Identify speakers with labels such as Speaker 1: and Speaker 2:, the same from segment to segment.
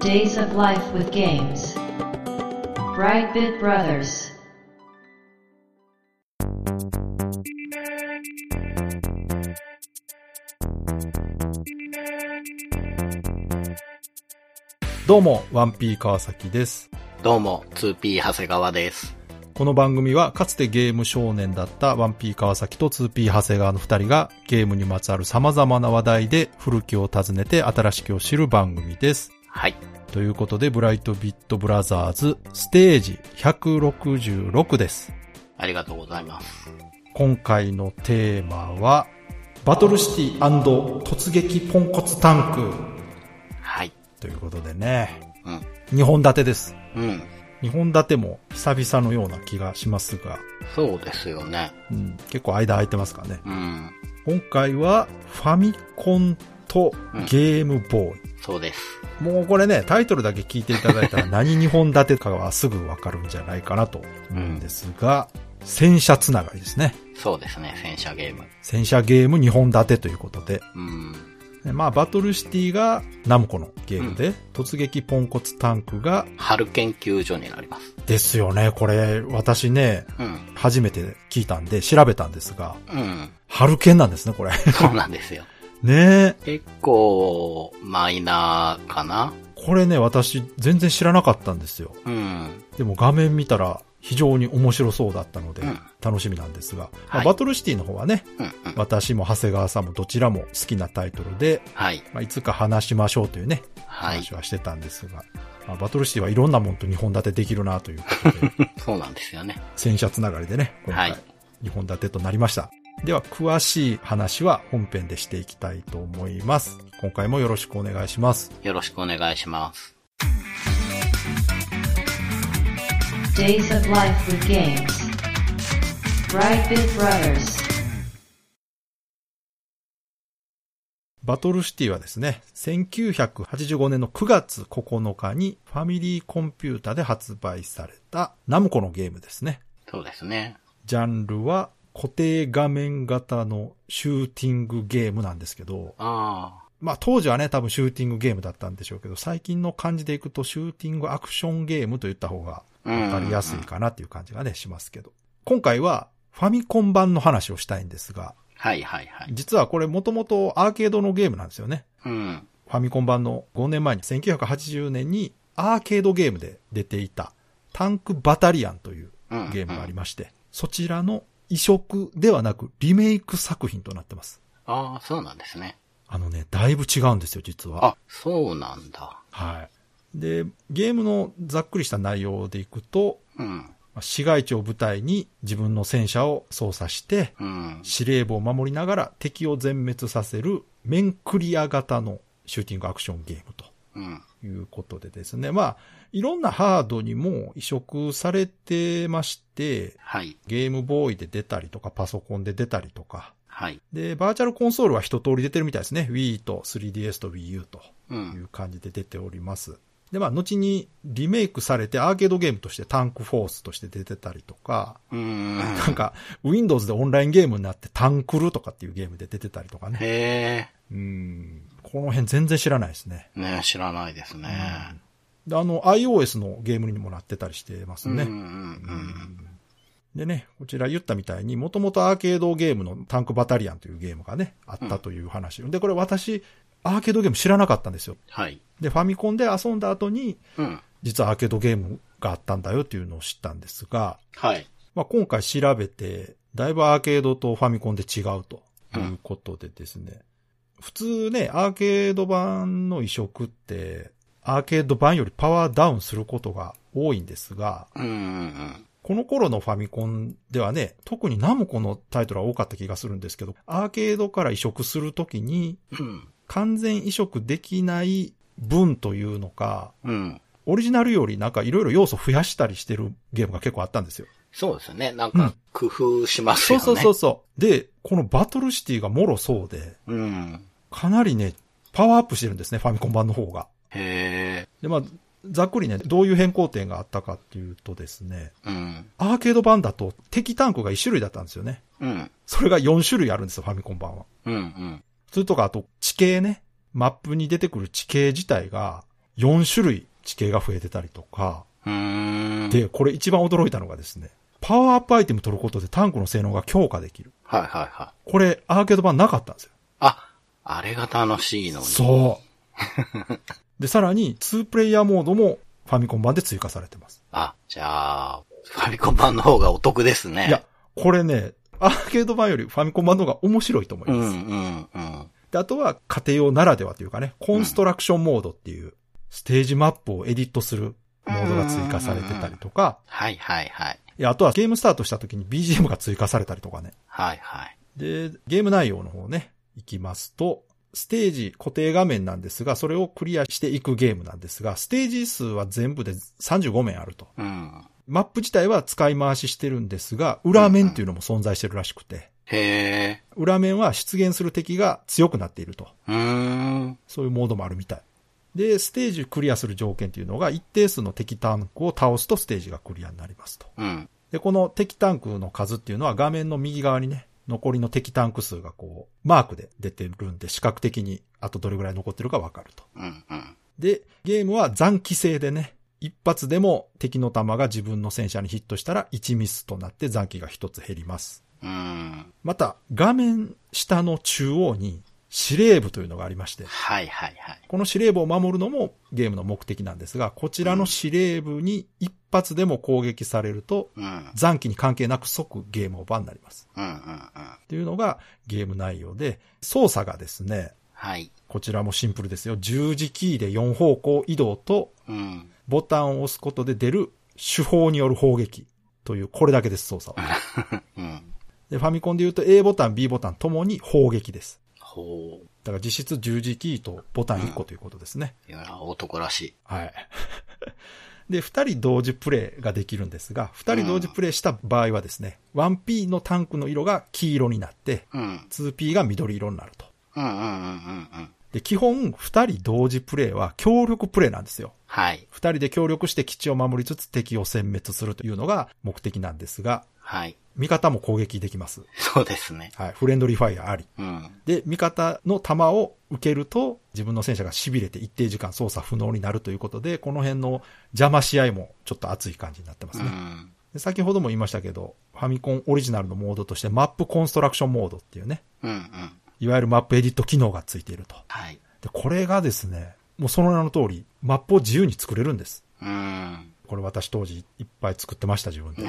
Speaker 1: Days of Life with Games. Brightbit Brothers.
Speaker 2: どうも、ワンピー川崎です。
Speaker 3: どうも、2P 長谷川です。
Speaker 2: この番組は、かつてゲーム少年だったワンピー川崎と 2P 長谷川の二人が、ゲームにまつわる様々な話題で、古きを訪ねて新しきを知る番組です。
Speaker 3: はい。
Speaker 2: ということで、ブライトビットブラザーズ、ステージ166です。
Speaker 3: ありがとうございます。
Speaker 2: 今回のテーマは、バトルシティ突撃ポンコツタンク。
Speaker 3: はい。
Speaker 2: ということでね、
Speaker 3: うん。
Speaker 2: 2本立てです。
Speaker 3: うん。
Speaker 2: 2本立ても久々のような気がしますが、
Speaker 3: そうですよね。
Speaker 2: うん、結構間空いてますからね。
Speaker 3: うん。
Speaker 2: 今回はファミコンとゲームボーイ。
Speaker 3: そうです。
Speaker 2: もうこれね、タイトルだけ聞いていただ いたら何2本立てかはすぐわかるんじゃないかなと思うんですが、戦車つながりですね。
Speaker 3: そうですね、戦車ゲーム。
Speaker 2: 戦車ゲーム2本立てということで。
Speaker 3: うん。
Speaker 2: でまあ、バトルシティがナムコのゲームで、突撃ポンコツタンクが、
Speaker 3: 春研究所になります。
Speaker 2: ですよね。これ、私ね、
Speaker 3: うん。
Speaker 2: 初めて聞いたんで調べたんですが、
Speaker 3: うん。
Speaker 2: ハルケンなんですね、これ。
Speaker 3: そうなんですよ。
Speaker 2: ねえ。
Speaker 3: 結構、マイナーかな
Speaker 2: これね、私、全然知らなかったんですよ。
Speaker 3: うん。
Speaker 2: でも画面見たら非常に面白そうだったので
Speaker 3: うん
Speaker 2: 楽しみなんですが、まあ
Speaker 3: はい
Speaker 2: バトルシティの方はね、
Speaker 3: うん。うん。
Speaker 2: 私も長谷川さんもどちらも好きなタイトルで、
Speaker 3: はい。
Speaker 2: まあ、いつか話しましょうというね、
Speaker 3: はい
Speaker 2: 話。はしてたんですが、まあバトルシティはいろんなもんと2本立てできるなということで、
Speaker 3: そうなんですよね。
Speaker 2: 戦車つながりでね、今
Speaker 3: は
Speaker 2: 回
Speaker 3: い
Speaker 2: 2本立てとなりました。では、詳しい話は本編でしていきたいと思います。今回もよろしくお願いします。
Speaker 3: よろしくお願いします。
Speaker 1: Days of Life with Games. Brightbit Brothers.
Speaker 2: バトルシティはですね、1985年の9月9日にファミリーコンピュータで発売されたナムコのゲームですね。
Speaker 3: そうですね。
Speaker 2: ジャンルは固定画面型のシューティングゲームなんですけど、
Speaker 3: あ
Speaker 2: まあ当時はね、多分シューティングゲームだったんでしょうけど、最近の感じでいくとシューティングアクションゲームと言った方が
Speaker 3: あ。うん
Speaker 2: わかりやすい。かなっていう感じがね、しますけど。今回はファミコン版の話をしたいんですが、
Speaker 3: はいはいはい。
Speaker 2: 実はこれもともとアーケードのゲームなんですよね。
Speaker 3: うん。
Speaker 2: ファミコン版の5年前に1980年にアーケードゲームで出ていたタンクバタリアンという
Speaker 3: うん。
Speaker 2: ゲームがあり
Speaker 3: ま
Speaker 2: まして、そちらの移植ではなくリメイク作品となってます。
Speaker 3: す。ああ、そうなんですね。
Speaker 2: あのね、だいぶ違うんですよ、実は。
Speaker 3: あ、そうなんだ。
Speaker 2: はい。で、ゲームのざっくりした内容でいくと、
Speaker 3: うん。
Speaker 2: まあ市街地を舞台に自分の戦車を操作して、
Speaker 3: うん。
Speaker 2: 司令部を守りながら敵を全滅させる面クリア型のシューティングアクションゲームと
Speaker 3: うん。
Speaker 2: いうことでですね。まあ、いろんなハードにも移植されてまして、
Speaker 3: はい。
Speaker 2: ゲームボーイで出たりとか、パソコンで出たりとか。
Speaker 3: はい。
Speaker 2: で、バーチャルコンソールは一通り出てるみたいですね。Wii と 3DS と Wii U と
Speaker 3: う
Speaker 2: い
Speaker 3: ん。
Speaker 2: う感じで出ております。で、まあ、後にリメイクされてアーケードゲームとしてタンクフォースとして出てたりとか、
Speaker 3: うーん。
Speaker 2: なんか、Windows でオンラインゲームになってタンクルとかっていうゲームで出てたりとかね。
Speaker 3: へ
Speaker 2: うん。この辺全然知らないですね。
Speaker 3: え。ね知らないですね。
Speaker 2: であの、iOS のゲームにもなってたりしてます
Speaker 3: うん。
Speaker 2: ね。
Speaker 3: うんうん
Speaker 2: でね、こちら言ったみたいに、もともとアーケードゲームのタンクバタリアンというゲームがね、あったという話。で、これ私、アーケードゲーム知らなかったんですよ。
Speaker 3: はい。
Speaker 2: で、ファミコンで遊んだ後に、
Speaker 3: うん。
Speaker 2: 実はアーケードゲームがあったんだよっていうのを知ったんですが、
Speaker 3: はい。
Speaker 2: まあ、今回調べて、だいぶアーケードとファミコンで違うということでですね。普通ね、アーケード版の移植って、アーケード版よりパワーダウンすることが多いんですが、
Speaker 3: うんうん
Speaker 2: この頃のファミコンではね、特にナムコのタイトルは多かった気がするんですけど、アーケードから移植するときに、
Speaker 3: うん。うん。
Speaker 2: 完全移植できない分というのか、
Speaker 3: うん。
Speaker 2: オリジナルよりなんかいろいろ要素増やしたりしてるゲームが結構あったんですよ。
Speaker 3: そうですね。なん
Speaker 2: う
Speaker 3: か
Speaker 2: ん、
Speaker 3: 工夫します
Speaker 2: そ
Speaker 3: よ
Speaker 2: う
Speaker 3: ね。
Speaker 2: そうそうそう。で、このバトルシティがもろそうで、
Speaker 3: う。うん。
Speaker 2: かなりね、パワーアップしてるんですね、ファミコン版の方が。
Speaker 3: へえ。
Speaker 2: で、まあ、ざっくりね、どういう変更点があったかっていうとですね、
Speaker 3: うん。
Speaker 2: アーケード版だと敵タンクが1種類だったんですよね。
Speaker 3: うん。
Speaker 2: それが4種類あるんですよ、ファミコン版は。
Speaker 3: うんうん。
Speaker 2: それとか、あと地形ね、マップに出てくる地形自体が4種類地形が増えてたりとか、
Speaker 3: うーん。
Speaker 2: で、これ一番驚いたのがですね、パワーアップアイテム取ることでタンクの性能が強化できる。
Speaker 3: はいはいはい。
Speaker 2: これ、アーケード版なかったんですよ。
Speaker 3: あ、あれが楽しいのに。
Speaker 2: そう。で、さらに、2プレイヤーモードもファミコン版で追加されてます。
Speaker 3: あ、じゃあ、ファミコン版の方がお得ですね。
Speaker 2: いや、これね、アーケード版よりファミコン版の方が面白いと思いうます。
Speaker 3: んうんうん。
Speaker 2: で、あとは家庭用ならではというかね、コンストラクションモードっていう、ステージマップをエディットするモードが追加されてたりとか、
Speaker 3: はいはいはい。
Speaker 2: いやあとはゲームスタートした時に BGM が追加されたりとかね。
Speaker 3: はいはい。
Speaker 2: で、ゲーム内容の方ね、行きますと、ステージ固定画面なんですが、それをクリアしていくゲームなんですが、ステージ数は全部で35面あると。
Speaker 3: うん。
Speaker 2: マップ自体は使い回ししてるんですが、裏面っていうのも存在してるらしくて、
Speaker 3: へえ。
Speaker 2: 裏面は出現する敵が強くなっていると。
Speaker 3: うーん。
Speaker 2: そういうモードもあるみたい。で、ステージクリアする条件っていうのが、一定数の敵タンクを倒すとステージがクリアになりますと。
Speaker 3: うん。
Speaker 2: で、この敵タンクの数っていうのは画面の右側にね、残りの敵タンク数がこう、マークで出てるんで、視覚的にあとどれぐらい残ってるかわかると。
Speaker 3: うんうん。
Speaker 2: で、ゲームは残機制でね、一発でも敵の弾が自分の戦車にヒットしたら1ミスとなって残機が1つ減ります。
Speaker 3: うん。
Speaker 2: また、画面下の中央に司令部というのがありまして、
Speaker 3: はいはいはい。
Speaker 2: この司令部を守るのもゲームの目的なんですが、こちらの司令部に一発でも攻撃されると、
Speaker 3: うん。うん
Speaker 2: 残機に関係なく即ゲームオーバーになります。
Speaker 3: うんうん。
Speaker 2: っていうのがゲーム内容で、操作がですね、
Speaker 3: はい。
Speaker 2: こちらもシンプルですよ。十字キーで4方向移動と、
Speaker 3: うん。
Speaker 2: ボタンを押すことで出る手法による砲撃という、これだけです、操作は。
Speaker 3: うん。
Speaker 2: で、ファミコンで言うと A ボタン、B ボタンともに砲撃です。
Speaker 3: ほ
Speaker 2: だから実質十字キーとボタン1個ということですね。
Speaker 3: う。いや、男らしい。
Speaker 2: はい。 で、二人同時プレイができるんですが、二人同時プレイした場合はですね、1P のタンクの色が黄色になって、
Speaker 3: うん。
Speaker 2: 2P が緑色になると。
Speaker 3: うんうんうんうんうん。
Speaker 2: で、基本、二人同時プレイは協力プレイなんですよ。
Speaker 3: はい。
Speaker 2: 二人で協力して基地を守りつつ敵を殲滅するというのが目的なんですが、
Speaker 3: はい。
Speaker 2: 味方も攻撃できます。
Speaker 3: そうですね。
Speaker 2: はい。フレンドリーファイアあり。
Speaker 3: うん。
Speaker 2: で、味方の弾を受けると、自分の戦車が痺れて一定時間操作不能になるということで、この辺の邪魔し合いもちょっと熱い感じになってま
Speaker 3: う
Speaker 2: すね。
Speaker 3: ん。
Speaker 2: で先ほども言いましたけど、ファミコンオリジナルのモードとして、マップコンストラクションモードっていうね、
Speaker 3: うんうん。
Speaker 2: いわゆるマップエディット機能がついていると。
Speaker 3: はい。
Speaker 2: で、これがですね、もうその名の通り、マップを自由に作れるんです。
Speaker 3: うん。
Speaker 2: これ私当時いっぱい作ってました、自分 で。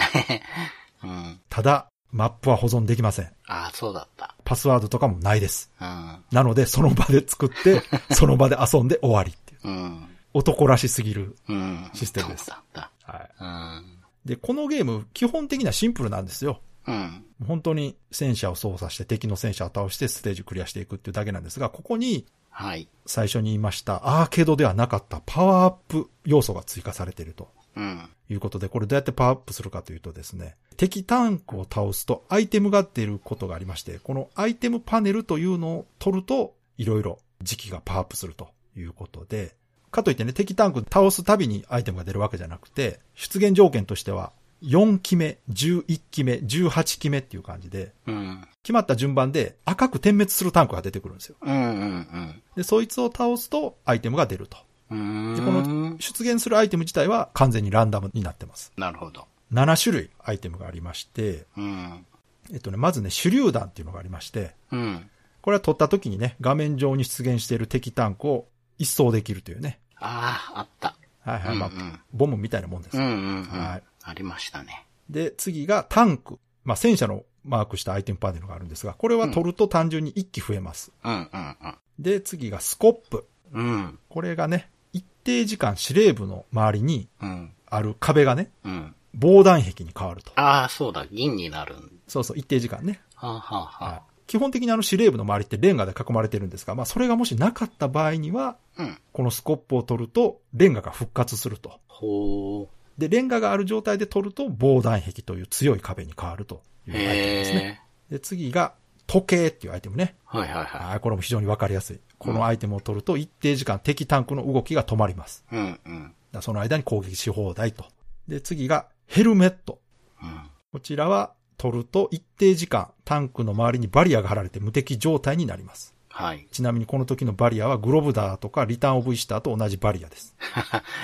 Speaker 3: うん。
Speaker 2: ただ、マップは保存できません。
Speaker 3: あ、そうだった。
Speaker 2: パスワードとかもないです。
Speaker 3: うん。
Speaker 2: なので、その場で作 って、その場で遊んで終わりっていう。
Speaker 3: うん。
Speaker 2: 男らしすぎる。
Speaker 3: うん。
Speaker 2: システムです
Speaker 3: そうだった。
Speaker 2: はい。
Speaker 3: うん。
Speaker 2: で、このゲーム、基本的にはシンプルなんですよ。
Speaker 3: うん。
Speaker 2: 本当に戦車を操作して敵の戦車を倒してステージクリアしていくっていうだけなんですが、ここに
Speaker 3: はい。
Speaker 2: 最初に言いましたアーケードではなかったパワーアップ要素が追加されていると
Speaker 3: うん。
Speaker 2: いうことで、これどうやってパワーアップするかというとですね、敵タンクを倒すとアイテムが出ることがありまして、このアイテムパネルというのを取ると、いろいろ時期がパワーアップするということで、かといってね、敵タンク倒すたびにアイテムが出るわけじゃなくて、出現条件としては、4期目、11期目、18期目っていう感じで、
Speaker 3: うん。
Speaker 2: 決まった順番で赤く点滅するタンクが出てくるんですよ。
Speaker 3: うんうん
Speaker 2: で、そいつを倒すとアイテムが出ると。
Speaker 3: うん。う
Speaker 2: で、
Speaker 3: ー
Speaker 2: この
Speaker 3: ん。
Speaker 2: 出現するアイテム自体は完全にランダムになってます。
Speaker 3: なるほど。
Speaker 2: 7種類アイテムがありまして、
Speaker 3: うん。
Speaker 2: えっとね、まずね、手榴弾っていうのがありまして、
Speaker 3: うん。
Speaker 2: これは取った時にね、画面上に出現している敵タンクを一掃できるというね。
Speaker 3: ああ、あった。
Speaker 2: はいはい、まあ
Speaker 3: うんうん、
Speaker 2: ボムみたいなもんです
Speaker 3: うん。うんうん。
Speaker 2: はい
Speaker 3: ありましたね。
Speaker 2: で、次がタンク。まあ、戦車のマークしたアイテムパネルがあるんですが、これは取ると単純に1機増えます。
Speaker 3: うんうん
Speaker 2: で、次がスコップ。
Speaker 3: うん。うん。
Speaker 2: これがね、一定時間司令部の周りに
Speaker 3: うん。
Speaker 2: ある壁がね、
Speaker 3: うん。
Speaker 2: 防弾壁に変わると。
Speaker 3: ああ、そうだ。銀になるん。
Speaker 2: そうそう、一定時間ね。
Speaker 3: はあ、はあはあ、
Speaker 2: 基本的にあの司令部の周りってレンガで囲まれてるんですが、まあそれがもしなかった場合には、
Speaker 3: うん。
Speaker 2: このスコップを取るとレンガが復活すると。
Speaker 3: ほ。
Speaker 2: で、レンガがある状態で取ると防弾壁という強い壁に変わるといううアイテムですね。
Speaker 3: へえ。
Speaker 2: で、次が時計っていうアイテムね。
Speaker 3: はいはい
Speaker 2: あ
Speaker 3: は
Speaker 2: あ、これも非常にわかりやすい。このアイテムを取ると一定時間敵タンクの動きが止まります。
Speaker 3: い。うんうん。
Speaker 2: だからその間に攻撃し放題と。で、次がヘルメット。
Speaker 3: うん。
Speaker 2: こちらは取ると一定時間タンクの周りにバリアが張られて無敵状態になります。
Speaker 3: はい。
Speaker 2: ちなみにこの時のバリアはグロブダーとかリターンオブイシターと同じバリアです。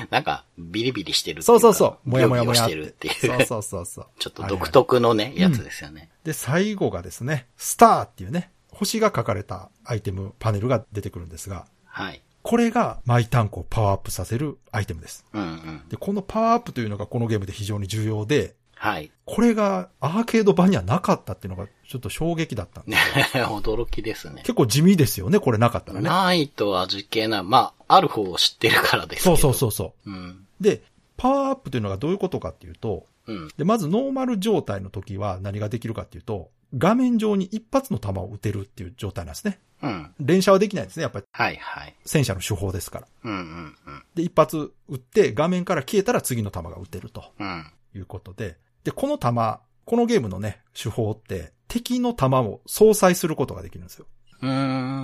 Speaker 3: なんか、ビリビリしてるっていか
Speaker 2: そうそう そう。もやもやもや
Speaker 3: ビ
Speaker 2: っ
Speaker 3: ヨビヨして
Speaker 2: て。
Speaker 3: るってい
Speaker 2: そ。う
Speaker 3: う
Speaker 2: そうそうそう。
Speaker 3: ちょっと
Speaker 2: はいは
Speaker 3: 独
Speaker 2: い
Speaker 3: 特のね、やつですよね。
Speaker 2: で、最後がですね、スターっていうね、星が書かれたアイテム、パネルが出てくるんですが、
Speaker 3: はい。
Speaker 2: これがマイタンクをパワーアップさせるアイテムです。
Speaker 3: うんうん。
Speaker 2: で、このパワーアップというのがこのゲームで非常に重要で、
Speaker 3: はい。
Speaker 2: これがアーケード版にはなかったっていうのがちょっと衝撃だったんで
Speaker 3: ね驚きですね。
Speaker 2: 結構地味ですよね、これなかったらね。
Speaker 3: ないと味気ない。まあ、ある方を知ってるからですけ
Speaker 2: そ
Speaker 3: ど。。
Speaker 2: うそうそううそ
Speaker 3: うん。
Speaker 2: う。で、パワーアップというのがどういうことかっていうと、
Speaker 3: うん。
Speaker 2: で、まずノーマル状態の時は何ができるかっていうと、画面上に一発の弾を撃てるっていう状態なんですね。
Speaker 3: うん。
Speaker 2: 連射はできないんですね。やっぱり
Speaker 3: はいはい。
Speaker 2: 戦車の手法ですから。
Speaker 3: うんうんうん。
Speaker 2: で、一発撃って画面から消えたら次の弾が撃てると
Speaker 3: うん。
Speaker 2: いうことで。で、この弾、このゲームのね、手法って敵の弾を相殺することができるんですよ。
Speaker 3: うー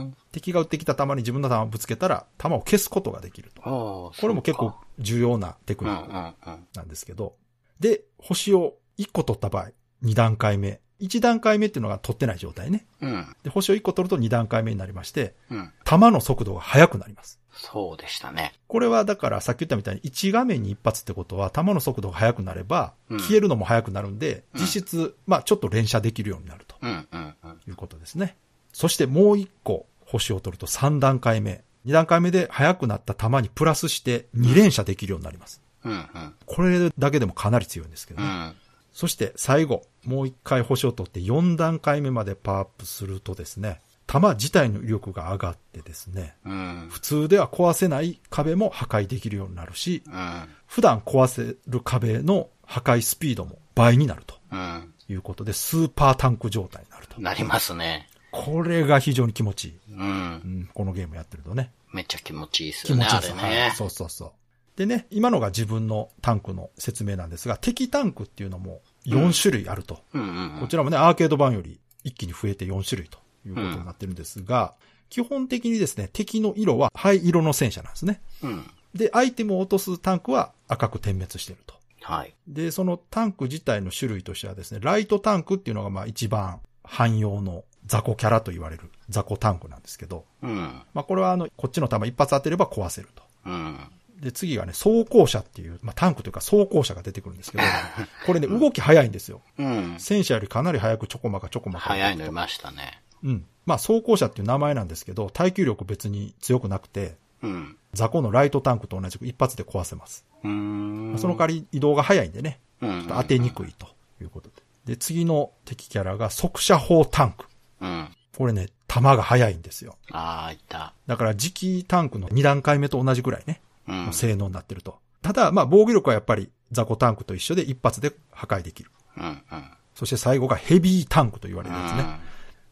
Speaker 3: ん。
Speaker 2: 敵が撃ってきた弾に自分の弾をぶつけたら弾を消すことができると。
Speaker 3: お
Speaker 2: これも結構重要なテク
Speaker 3: うんう
Speaker 2: ニ
Speaker 3: ん
Speaker 2: ック
Speaker 3: うん。
Speaker 2: なんですけど。で、星を1個取った場合、2段階目。1段階目っていうのが取ってない状態ね。
Speaker 3: うん。
Speaker 2: で、星を1個取ると2段階目になりまして、
Speaker 3: うん。
Speaker 2: 弾の速度が速くなります。
Speaker 3: そうでしたね。
Speaker 2: これはだからさっき言ったみたいに1画面に1発ってことは弾の速度が速くなれば、
Speaker 3: うん
Speaker 2: 消えるのも速くなるんで、
Speaker 3: うん
Speaker 2: 実質、まあちょっと連射できるようになると
Speaker 3: うんうんうん。
Speaker 2: いうことですね。そしてもう1個星を取ると3段階目。2段階目で速くなった弾にプラスして2連射できるようになります。
Speaker 3: うんうん。
Speaker 2: これだけでもかなり強いんですけど
Speaker 3: う
Speaker 2: ね。
Speaker 3: ん。
Speaker 2: そして最後、もう1回星を取って4段階目までパワーアップするとですね、弾自体の威力が上がってですね、
Speaker 3: うん。
Speaker 2: 普通では壊せない壁も破壊できるようになるし、
Speaker 3: うん。
Speaker 2: 普段壊せる壁の破壊スピードも倍になると
Speaker 3: うん。
Speaker 2: いうことで、スーパータンク状態になると。
Speaker 3: なりますね。
Speaker 2: これが非常に気持ちいい。う。
Speaker 3: うん
Speaker 2: ん、このゲームやってるとね。
Speaker 3: めっちゃ気持ちいいです
Speaker 2: 気
Speaker 3: よ
Speaker 2: 持
Speaker 3: ね、
Speaker 2: ちいい
Speaker 3: あ
Speaker 2: で
Speaker 3: れ
Speaker 2: す、はい
Speaker 3: ね。
Speaker 2: そうそうそう。でね、今のが自分のタンクの説明なんですが、敵タンクっていうのも4種類あると。
Speaker 3: うんうんう
Speaker 2: こ
Speaker 3: ん。
Speaker 2: ちらもね、アーケード版より一気に増えて4種類ということになってるんですが、基本的にですね、敵の色は灰色の戦車なんですね。
Speaker 3: うん。
Speaker 2: で、アイテムを落とすタンクは赤く点滅してると。
Speaker 3: はい。
Speaker 2: で、そのタンク自体の種類としてはですね、ライトタンクっていうのがまあ一番汎用の雑魚キャラと言われる雑魚タンクなんですけど、
Speaker 3: うん。
Speaker 2: まあこれはあの、こっちの弾一発当てれば壊せると。
Speaker 3: うん。
Speaker 2: で、次がね、装甲車っていう、まあタンクというか装甲車が出てくるんですけど、これね、動き早いんですよ。
Speaker 3: うん。
Speaker 2: 戦車よりかなり早くちょこまかちょこまか。
Speaker 3: 早いのいましたね。
Speaker 2: うん。まあ装甲車っていう名前なんですけど、耐久力別に強くなくて、
Speaker 3: うん。
Speaker 2: 雑魚のライトタンクと同じく一発で壊せます。
Speaker 3: うーん。
Speaker 2: その代わり移動が早いんでね、
Speaker 3: うん、
Speaker 2: 当てにくいということで。で、次の敵キャラが速射砲タンク。
Speaker 3: うん。あ
Speaker 2: これね、弾が速いんですよ。
Speaker 3: あー、いた。
Speaker 2: だから次期タンクの2段階目と同じぐらいね、
Speaker 3: うん。
Speaker 2: の性能になってると。ただ、まあ防御力はやっぱり雑魚タンクと一緒で一発で破壊できる。
Speaker 3: うんうん。
Speaker 2: そして最後がヘビータンクと言われるやつね。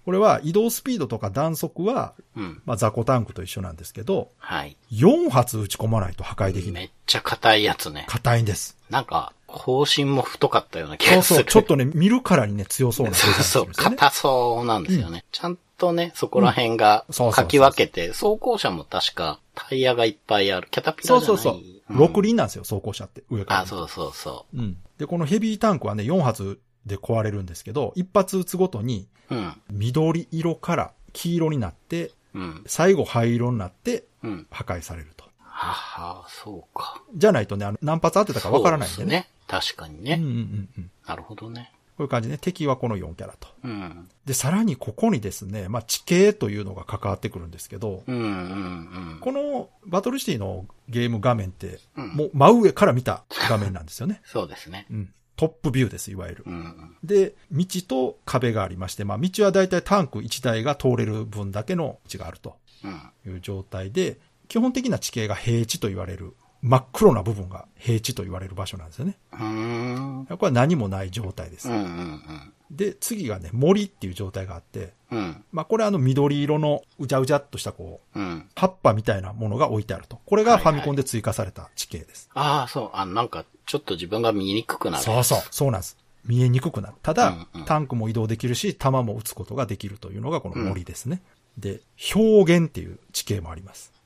Speaker 2: これは移動スピードとか弾速は、
Speaker 3: うん。うん。
Speaker 2: まあ雑魚タンクと一緒なんですけど、
Speaker 3: はい。
Speaker 2: 4発撃ち込まないと破壊できない。
Speaker 3: めっちゃ硬いやつね。
Speaker 2: 硬いんです。
Speaker 3: なんか、方針も太かったような気
Speaker 2: そう
Speaker 3: がす
Speaker 2: そ
Speaker 3: る。
Speaker 2: う、ちょっとね、見るからにね、強そうなデザ
Speaker 3: そ
Speaker 2: イン
Speaker 3: う
Speaker 2: して
Speaker 3: そ
Speaker 2: る、
Speaker 3: う
Speaker 2: で
Speaker 3: ん
Speaker 2: すよね。
Speaker 3: 硬そうなんですよね。ちゃんとね、そこら辺が
Speaker 2: うんそうそうそう
Speaker 3: 書き分けて、装甲車も確かタイヤがいっぱいある。キャタピ
Speaker 2: そ
Speaker 3: ラ
Speaker 2: う
Speaker 3: じゃ
Speaker 2: そう
Speaker 3: ない
Speaker 2: そう。6。輪なんですよ、走行車って。上
Speaker 3: うん
Speaker 2: から。
Speaker 3: あ、そうそうそ
Speaker 2: うん。で、このヘビータンクはね、4発で壊れるんですけど、1発撃つごとに、
Speaker 3: う。うん。
Speaker 2: 緑色から黄色になって、
Speaker 3: うん。
Speaker 2: 最後灰色になって、
Speaker 3: うん。
Speaker 2: 破壊されると。
Speaker 3: はは、そうか。
Speaker 2: じゃないとね、あの何発当てたかわからないんでね。
Speaker 3: そうですね。確かに
Speaker 2: うん
Speaker 3: ね。
Speaker 2: うんうんうん。
Speaker 3: なるほどね。
Speaker 2: こういう感じで、ね、敵はこの4キャラと。
Speaker 3: うん。
Speaker 2: で、さらにここにですね、まあ、地形というのが関わってくるんですけど、
Speaker 3: うんうんうん。
Speaker 2: このバトルシティのゲーム画面って、
Speaker 3: うん。
Speaker 2: もう真上から見た画面なんですよね
Speaker 3: そうですね。
Speaker 2: うん。トップビューです、いわゆる
Speaker 3: う。ん。
Speaker 2: で、道と壁がありまして、まあ道はだいたいタンク1台が通れる分だけの道があると
Speaker 3: うん。
Speaker 2: いう状態で、基本的な地形が平地と言われる、真っ黒な部分が平地と言われる場所なんですよね。
Speaker 3: うーん。
Speaker 2: これは何もない状態です
Speaker 3: うんう。ん
Speaker 2: で、次がね、森っていう状態があって、
Speaker 3: うん。うん。
Speaker 2: まあこれはあの緑色のうじゃうじゃっとしたこう、
Speaker 3: うん。
Speaker 2: 葉っぱみたいなものが置いてあると。これがファミコンで追加された地形です。
Speaker 3: ああ、そう。あ、なんか、ちょっと自分が見にくくなる。
Speaker 2: そうそう。そうなんです。見えにくくなる。ただ、
Speaker 3: うんうん
Speaker 2: タンクも移動できるし、弾も撃つことができるというのがこの森ですね。で、表現っていう地形もあります。
Speaker 3: うん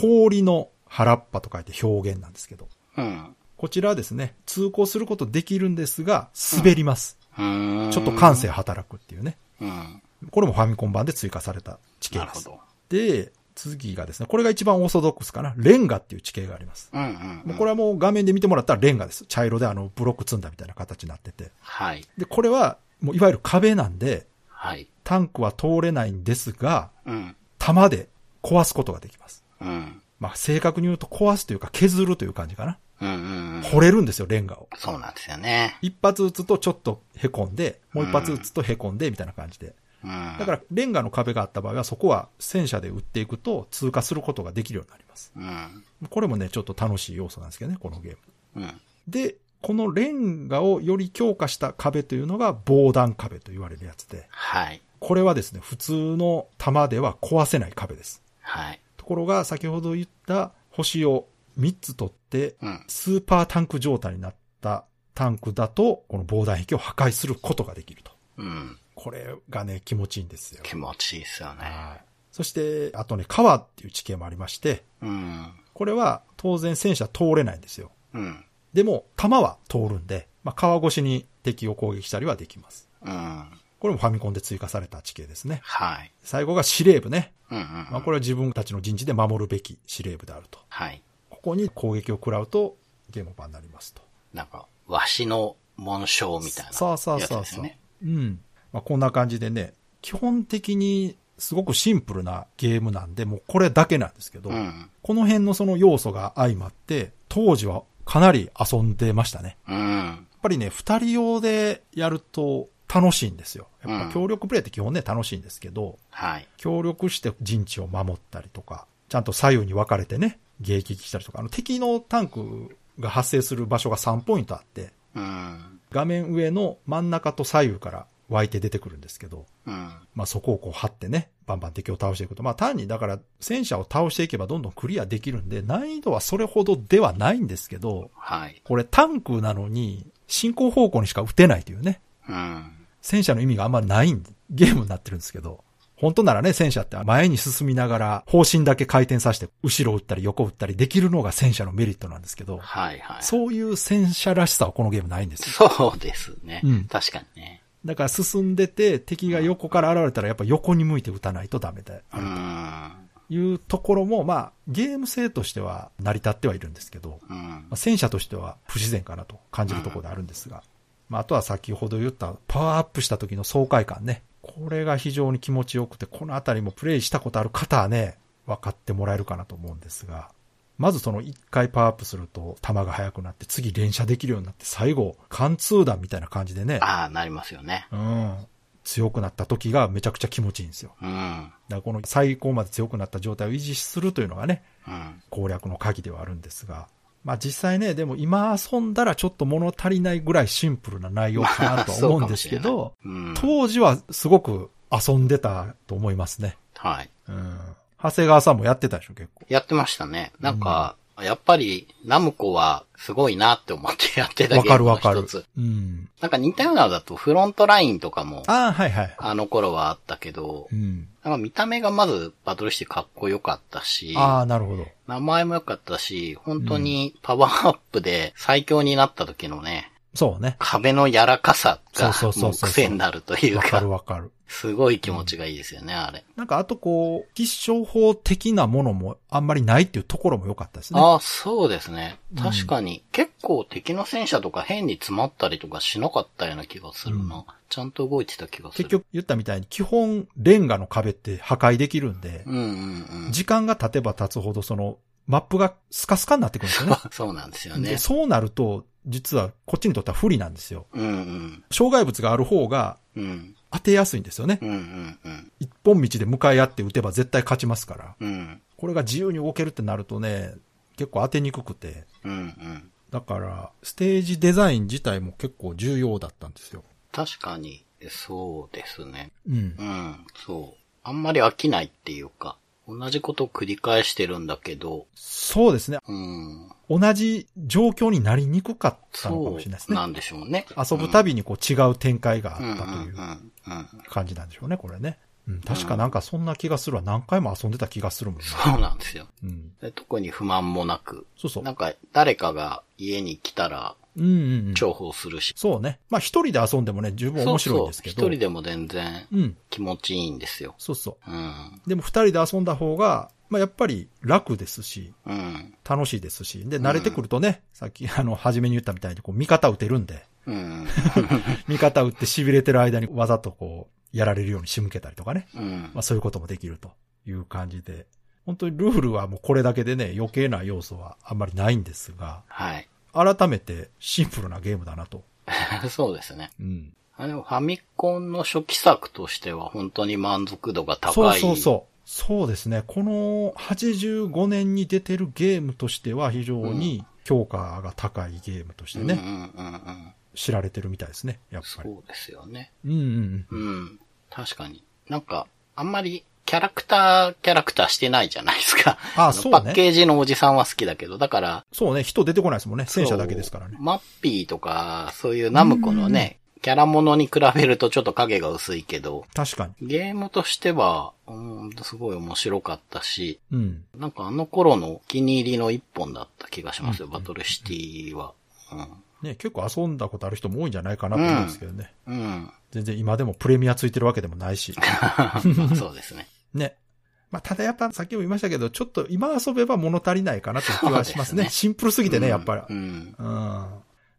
Speaker 2: 氷の原っぱと書いて表現なんですけど。
Speaker 3: うん。
Speaker 2: こちらはですね、通行することできるんですが、滑ります。
Speaker 3: うーん。
Speaker 2: ちょっと感性働くっていうね。
Speaker 3: うん。
Speaker 2: これもファミコン版で追加された地形
Speaker 3: な
Speaker 2: で
Speaker 3: るほ
Speaker 2: す。
Speaker 3: ど。
Speaker 2: で、次がですね、これが一番オーソドックスかな。レンガっていう地形があります。
Speaker 3: うんうん、う
Speaker 2: も
Speaker 3: ん。
Speaker 2: うこれはもう画面で見てもらったらレンガです。茶色であのブロック積んだみたいな形になってて。
Speaker 3: はい。
Speaker 2: で、これはもういわゆる壁なんで、
Speaker 3: はい。
Speaker 2: タンクは通れないんですが、
Speaker 3: うん。
Speaker 2: 弾で壊すことができます。
Speaker 3: うん。
Speaker 2: まあ正確に言うと壊すというか削るという感じかな。
Speaker 3: うんうんうん。
Speaker 2: 掘れるんですよ、レンガを。
Speaker 3: そうなんですよね。
Speaker 2: 一発撃つとちょっと凹んで、もう一発撃つと凹んで、みたいな感じで。
Speaker 3: うん。
Speaker 2: だから、レンガの壁があった場合は、そこは戦車で撃っていくと通過することができるようになります。
Speaker 3: うん。
Speaker 2: これもね、ちょっと楽しい要素なんですけどね、このゲーム。
Speaker 3: うん。
Speaker 2: で、このレンガをより強化した壁というのが防弾壁と言われるやつで、
Speaker 3: はい。
Speaker 2: これはですね、普通の弾では壊せない壁です。
Speaker 3: はい。
Speaker 2: ところが、先ほど言った星を3つ取って、
Speaker 3: うん。
Speaker 2: スーパータンク状態になったタンクだと、この防弾壁を破壊することができると。
Speaker 3: うん。
Speaker 2: これがね、気持ちいいんですよ。
Speaker 3: 気持ちいいですよね。
Speaker 2: はい。そして、あとね、川っていう地形もありまして、
Speaker 3: うん。
Speaker 2: これは当然戦車通れないんですよ。
Speaker 3: うん。
Speaker 2: でも、弾は通るんで、まあ、川越しに敵を攻撃したりはできます。
Speaker 3: うん。
Speaker 2: これもファミコンで追加された地形ですね。
Speaker 3: はい。
Speaker 2: 最後が司令部ね。
Speaker 3: うんうんうん。
Speaker 2: まあ、これは自分たちの陣地で守るべき司令部であると。
Speaker 3: はい。
Speaker 2: ここに攻撃を食らうと、ゲームオーバーになりますと。
Speaker 3: なんか、わしの紋章みたいな、
Speaker 2: そうそうそう
Speaker 3: やつです
Speaker 2: そう。
Speaker 3: よね
Speaker 2: うん。まあ、こんな感じでね、基本的にすごくシンプルなゲームなんで、もうこれだけなんですけど、
Speaker 3: うん。
Speaker 2: この辺のその要素が相まって、当時はかなり遊んでましたね。
Speaker 3: うん。
Speaker 2: やっぱりね、二人用でやると楽しいんですよ。やっ
Speaker 3: う
Speaker 2: ぱ
Speaker 3: ん
Speaker 2: 協力プレイって基本ね、楽しいんですけど、
Speaker 3: はい。
Speaker 2: 協力して陣地を守ったりとか、ちゃんと左右に分かれてね、迎撃したりとか、あの敵のタンクが発生する場所が3ポイントあって、
Speaker 3: うん。
Speaker 2: 画面上の真ん中と左右から湧いて出てくるんですけど、
Speaker 3: うん。
Speaker 2: まあそこをこう張ってね、バンバン敵を倒していくと、まあ単にだから戦車を倒していけばどんどんクリアできるんで、難易度はそれほどではないんですけど、
Speaker 3: はい。
Speaker 2: これタンクなのに進行方向にしか撃てないというね、
Speaker 3: うん。
Speaker 2: 戦車の意味があんまりないんでゲームになってるんですけど、本当ならね、戦車って前に進みながら方針だけ回転させて後ろ撃ったり横撃ったりできるのが戦車のメリットなんですけど、
Speaker 3: はいはい。
Speaker 2: そういう戦車らしさはこのゲームないんですよ
Speaker 3: そうですね。
Speaker 2: うん
Speaker 3: 確かにね。
Speaker 2: だから進んでて、敵が横から現れたらやっぱ横に向いて撃たないとダメだ。
Speaker 3: うん。
Speaker 2: いうところも、まあ、ゲーム性としては成り立ってはいるんですけど、
Speaker 3: うん
Speaker 2: まあ、。戦車としては不自然かなと感じるところであるんですが、まあ、あとは先ほど言ったパワーアップした時の爽快感ね。これが非常に気持ちよくて、このあたりもプレイしたことある方はね、分かってもらえるかなと思うんですが、まずその一回パワーアップすると弾が速くなって、次連射できるようになって、最後、貫通弾みたいな感じでね、
Speaker 3: ああ、なりますよね。
Speaker 2: うん。強くなった時がめちゃくちゃ気持ちいいんですよ。
Speaker 3: うん。
Speaker 2: だからこの最高まで強くなった状態を維持するというのがね、
Speaker 3: うん。
Speaker 2: 攻略の鍵ではあるんですが。まあ実際ね、でも今遊んだらちょっと物足りないぐらいシンプルな内容かなとは思うんですけど、
Speaker 3: うん。
Speaker 2: 当時はすごく遊んでたと思いますね。
Speaker 3: はい。
Speaker 2: うん。長谷川さんもやってたでしょ、結構。
Speaker 3: やってましたね。なんか、やっぱり、ナムコはすごいなって思ってやってた
Speaker 2: わ
Speaker 3: ゲー
Speaker 2: かる
Speaker 3: ム
Speaker 2: わ
Speaker 3: の
Speaker 2: か
Speaker 3: 一
Speaker 2: る
Speaker 3: つ。。
Speaker 2: うん。
Speaker 3: なんか似たようなのだと、フロントラインとかも、
Speaker 2: ああ、はいはい。
Speaker 3: あの頃はあったけど
Speaker 2: う、ん。
Speaker 3: なんか見た目がまずバトルしてかっこよかったし、
Speaker 2: ああ、なるほど。
Speaker 3: 名前も良かったし、本当にパワーアップで最強になった時のね、
Speaker 2: そうね。
Speaker 3: 壁の柔らかさが
Speaker 2: そうそうそ
Speaker 3: も
Speaker 2: う
Speaker 3: う
Speaker 2: そう
Speaker 3: 癖になるという
Speaker 2: わか
Speaker 3: か
Speaker 2: る、わかる。
Speaker 3: すごい気持ちがいいですよね、あれ。
Speaker 2: なんかあとこう、必勝法的なものもあんまりないっていうところも良かったですね。
Speaker 3: ああ、そうですね
Speaker 2: ん。
Speaker 3: 確かに、結構敵の戦車とか変に詰まったりとかしなかったような気がするな。
Speaker 2: うん
Speaker 3: ちゃんと動いてた気がする。
Speaker 2: 結。局言ったみたいに基本レンガの壁って破壊できるんで
Speaker 3: う、んうんうん。
Speaker 2: 時間が経てば経つほどそのマップがスカスカになってくるんですよね。
Speaker 3: そうなんですよ
Speaker 2: で
Speaker 3: ね。
Speaker 2: そうなると、実はこっちにとっては不利なんですよ。
Speaker 3: うんうん。
Speaker 2: 障害物がある方が
Speaker 3: うん。
Speaker 2: 当てやすいんですよね
Speaker 3: う。んうんうん。
Speaker 2: 一本道で向かい合って打てば絶対勝ちますから。
Speaker 3: うん。
Speaker 2: これが自由に動けるってなるとね、結構当てにくくて。
Speaker 3: うんうん。
Speaker 2: だから、ステージデザイン自体も結構重要だったんですよ。
Speaker 3: 確かに、そうですね。
Speaker 2: うん
Speaker 3: う。ん、そう。あんまり飽きないっていうか、同じことを繰り返してるんだけど、
Speaker 2: そうですね。
Speaker 3: うん、
Speaker 2: 同じ状況になりにくかったのかも
Speaker 3: そ
Speaker 2: しれないです
Speaker 3: う
Speaker 2: ね。
Speaker 3: なんでしょうね。
Speaker 2: 遊ぶたびにこう違う展開があ
Speaker 3: うん、
Speaker 2: っ
Speaker 3: うん、う
Speaker 2: たと
Speaker 3: ん
Speaker 2: いう
Speaker 3: うん、うん。
Speaker 2: 感じなんでしょうね、これね。うん、確かなんかそんな気がするわ。何回も遊んでた気がするもんね。
Speaker 3: そうなんですよ。
Speaker 2: うん。
Speaker 3: で特に不満もなく、
Speaker 2: そうそう
Speaker 3: なん。か誰かが家に来たら、
Speaker 2: うんうんうん。
Speaker 3: 重宝するし。
Speaker 2: そうね。まあ一人で遊んでもね、十分面白いんですけど。
Speaker 3: そうそう一人でも全然
Speaker 2: うん。
Speaker 3: 気持ちいいんですよ。
Speaker 2: そうそ
Speaker 3: うん。
Speaker 2: う。でも二人で遊んだ方が、まあやっぱり楽ですし、
Speaker 3: うん。
Speaker 2: 楽しいですし。で、慣れてくるとね、さっきあの、初めに言ったみたいに、こう、味方打てるんで、
Speaker 3: うん。
Speaker 2: 味方打って痺れてる間にわざとこう、やられるように仕向けたりとかね。
Speaker 3: うん
Speaker 2: まあそういうこともできるという感じで。本当にルールはもうこれだけでね、余計な要素はあんまりないんですが、
Speaker 3: はい。
Speaker 2: 改めてシンプルなゲームだなと。
Speaker 3: そうですね。
Speaker 2: うん。
Speaker 3: あでもファミコンの初期作としては本当に満足度が
Speaker 2: そう
Speaker 3: 高い。
Speaker 2: そうそう。そうですね。この85年に出てるゲームとしては非常に評価が高いゲームとしてね、
Speaker 3: うんうんうんうん。
Speaker 2: 知られてるみたいですね、やっ
Speaker 3: そ
Speaker 2: ぱり。
Speaker 3: うですよね。
Speaker 2: うんうん
Speaker 3: う
Speaker 2: うん。
Speaker 3: ん。確かに。なんか、あんまりキャラクター、キャラクターしてないじゃないですか。
Speaker 2: あ
Speaker 3: の
Speaker 2: そう
Speaker 3: パ
Speaker 2: ね
Speaker 3: ッケージのおじさんは好きだけど、だから、
Speaker 2: そうね、人出てこないですもんね。戦車だけですからね
Speaker 3: そう。マッピーとか、そういうナムコのね、キャラものに比べるとちょっと影が薄いけど、
Speaker 2: 確かに。
Speaker 3: ゲームとしては、うん、すごい面白かったし、
Speaker 2: うん。
Speaker 3: なんかあの頃のお気に入りの一本だった気がしますよ、
Speaker 2: うん
Speaker 3: バトルシティは。
Speaker 2: ね、結構遊んだことある人も多いんじゃないかなと思うんですけど ね。
Speaker 3: うん。うん。
Speaker 2: 全然今でもプレミアついてるわけでもない し。
Speaker 3: まあ そうですね。
Speaker 2: ね。まあ、ただやっぱさっきも言いましたけど、ちょっと今遊べば物足りないかなという気はします
Speaker 3: そうです
Speaker 2: ね。
Speaker 3: ね
Speaker 2: シンプルすぎてね、やっぱり。
Speaker 3: う
Speaker 2: うん。
Speaker 3: ん。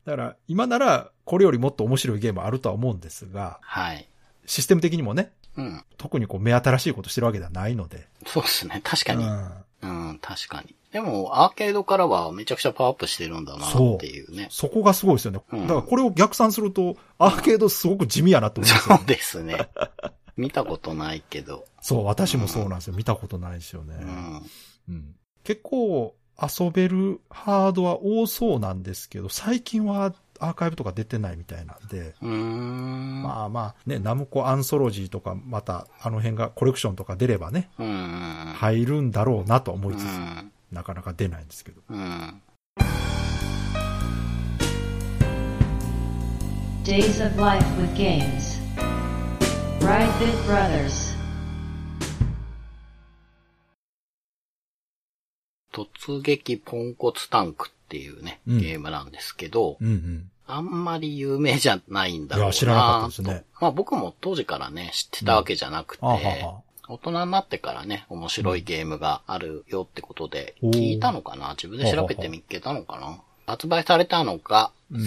Speaker 2: だから、今ならこれよりもっと面白いゲームあるとは思うんですが、
Speaker 3: はい。
Speaker 2: システム的にもね、
Speaker 3: うん。
Speaker 2: 特にこう目新しいことしてるわけではないので。
Speaker 3: そうですね。確
Speaker 2: う
Speaker 3: かに。
Speaker 2: ん。
Speaker 3: うん、確かに。でも、アーケードからはめちゃくちゃパワーアップしてるんだな
Speaker 2: そう
Speaker 3: っていうね。
Speaker 2: そこがすごいですよね。
Speaker 3: うん
Speaker 2: だからこれを逆算すると、アーケードすごく地味やなと思うんです
Speaker 3: そ
Speaker 2: よ、
Speaker 3: うですね。 見たことないけど。
Speaker 2: そう、私もそうなんですよ。見たことないですよね。
Speaker 3: うん。
Speaker 2: うん結構遊べるハードは多そうなんですけど、最近はアーカイブとか出てないみたいなんで、
Speaker 3: うーん。
Speaker 2: まあまあね、ナムコアンソロジーとか、またあの辺がコレクションとか出ればね、
Speaker 3: うんうん
Speaker 2: 入るんだろうなとは思
Speaker 3: う
Speaker 2: いつつ、
Speaker 3: ん。
Speaker 2: なかなか出ないんですけど。
Speaker 3: うん。うん。
Speaker 1: Days of Life with Games. Brightbit Brothers.
Speaker 3: 突撃ポンコツタンクっていうね、
Speaker 2: うん
Speaker 3: ゲームなんですけど、
Speaker 2: うんうん。
Speaker 3: あんまり有名じゃないんだ
Speaker 2: い
Speaker 3: ろうな
Speaker 2: や、知らなかったですね。
Speaker 3: まあ僕も当時からね、知ってたわけじゃなくて、
Speaker 2: あはは。
Speaker 3: 大人になってからね、面白いゲームがあるよってことで、
Speaker 2: うん
Speaker 3: 聞いたのかな自分で調べてみっけたのかな発売されたのが、
Speaker 2: うん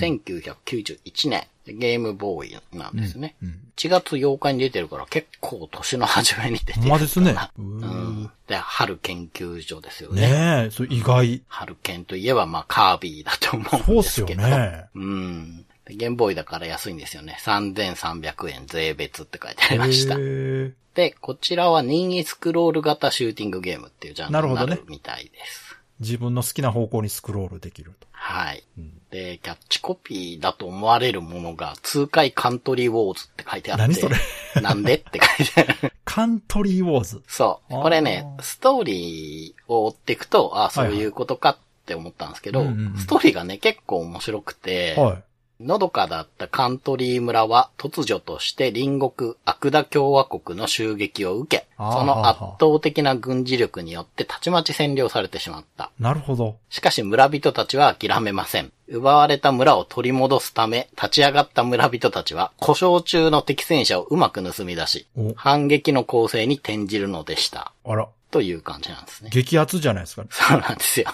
Speaker 3: 1991年、ゲームボーイなんですね。
Speaker 2: うん。
Speaker 3: 1月8日に出てるから結構年の初めに出て
Speaker 2: ほ
Speaker 3: るか
Speaker 2: ん
Speaker 3: な。
Speaker 2: まですね。う
Speaker 3: う
Speaker 2: ー
Speaker 3: ん。で、春研究所ですよね。
Speaker 2: ねえ、それ意外。
Speaker 3: 春研といえば、まあ、カービィだと思
Speaker 2: そ
Speaker 3: うん
Speaker 2: う
Speaker 3: で
Speaker 2: っす
Speaker 3: す
Speaker 2: よ
Speaker 3: けど。
Speaker 2: ね。
Speaker 3: うん。でゲームボーイだから安いんですよね。3300円税別って書いてありました
Speaker 2: へ。え
Speaker 3: で、こちらは任意スクロール型シューティングゲームっていうジャンルにな
Speaker 2: なる
Speaker 3: る
Speaker 2: ほど
Speaker 3: みたいです。
Speaker 2: 自分の好きな方向にスクロールできると。
Speaker 3: はい。
Speaker 2: うん
Speaker 3: で、キャッチコピーだと思われるものが、痛快カントリーウォーズって書いてあって。
Speaker 2: 何それ
Speaker 3: なんでって書いて ある。
Speaker 2: カントリーウォーズ。
Speaker 3: そう。
Speaker 2: あー
Speaker 3: これね、ストーリーを追っていくと、ああ、そういうことかって思ったんですけど、
Speaker 2: はいはいうんうんうん
Speaker 3: ストーリーがね、結構面白くて、
Speaker 2: はい。
Speaker 3: のどかだったカントリー村は突如として隣国アクダ共和国の襲撃を受け、
Speaker 2: あー
Speaker 3: その圧倒的な軍事力によってたちまち占領されてしまった。
Speaker 2: なるほど。
Speaker 3: しかし村人たちは諦めません。奪われた村を取り戻すため、立ち上がった村人たちは故障中の敵戦車をうまく盗み出し、
Speaker 2: お、
Speaker 3: 反撃の構成に転じるのでした。
Speaker 2: あら、
Speaker 3: という感じなんですね。
Speaker 2: 激アツじゃないですか。
Speaker 3: そうなんですよ。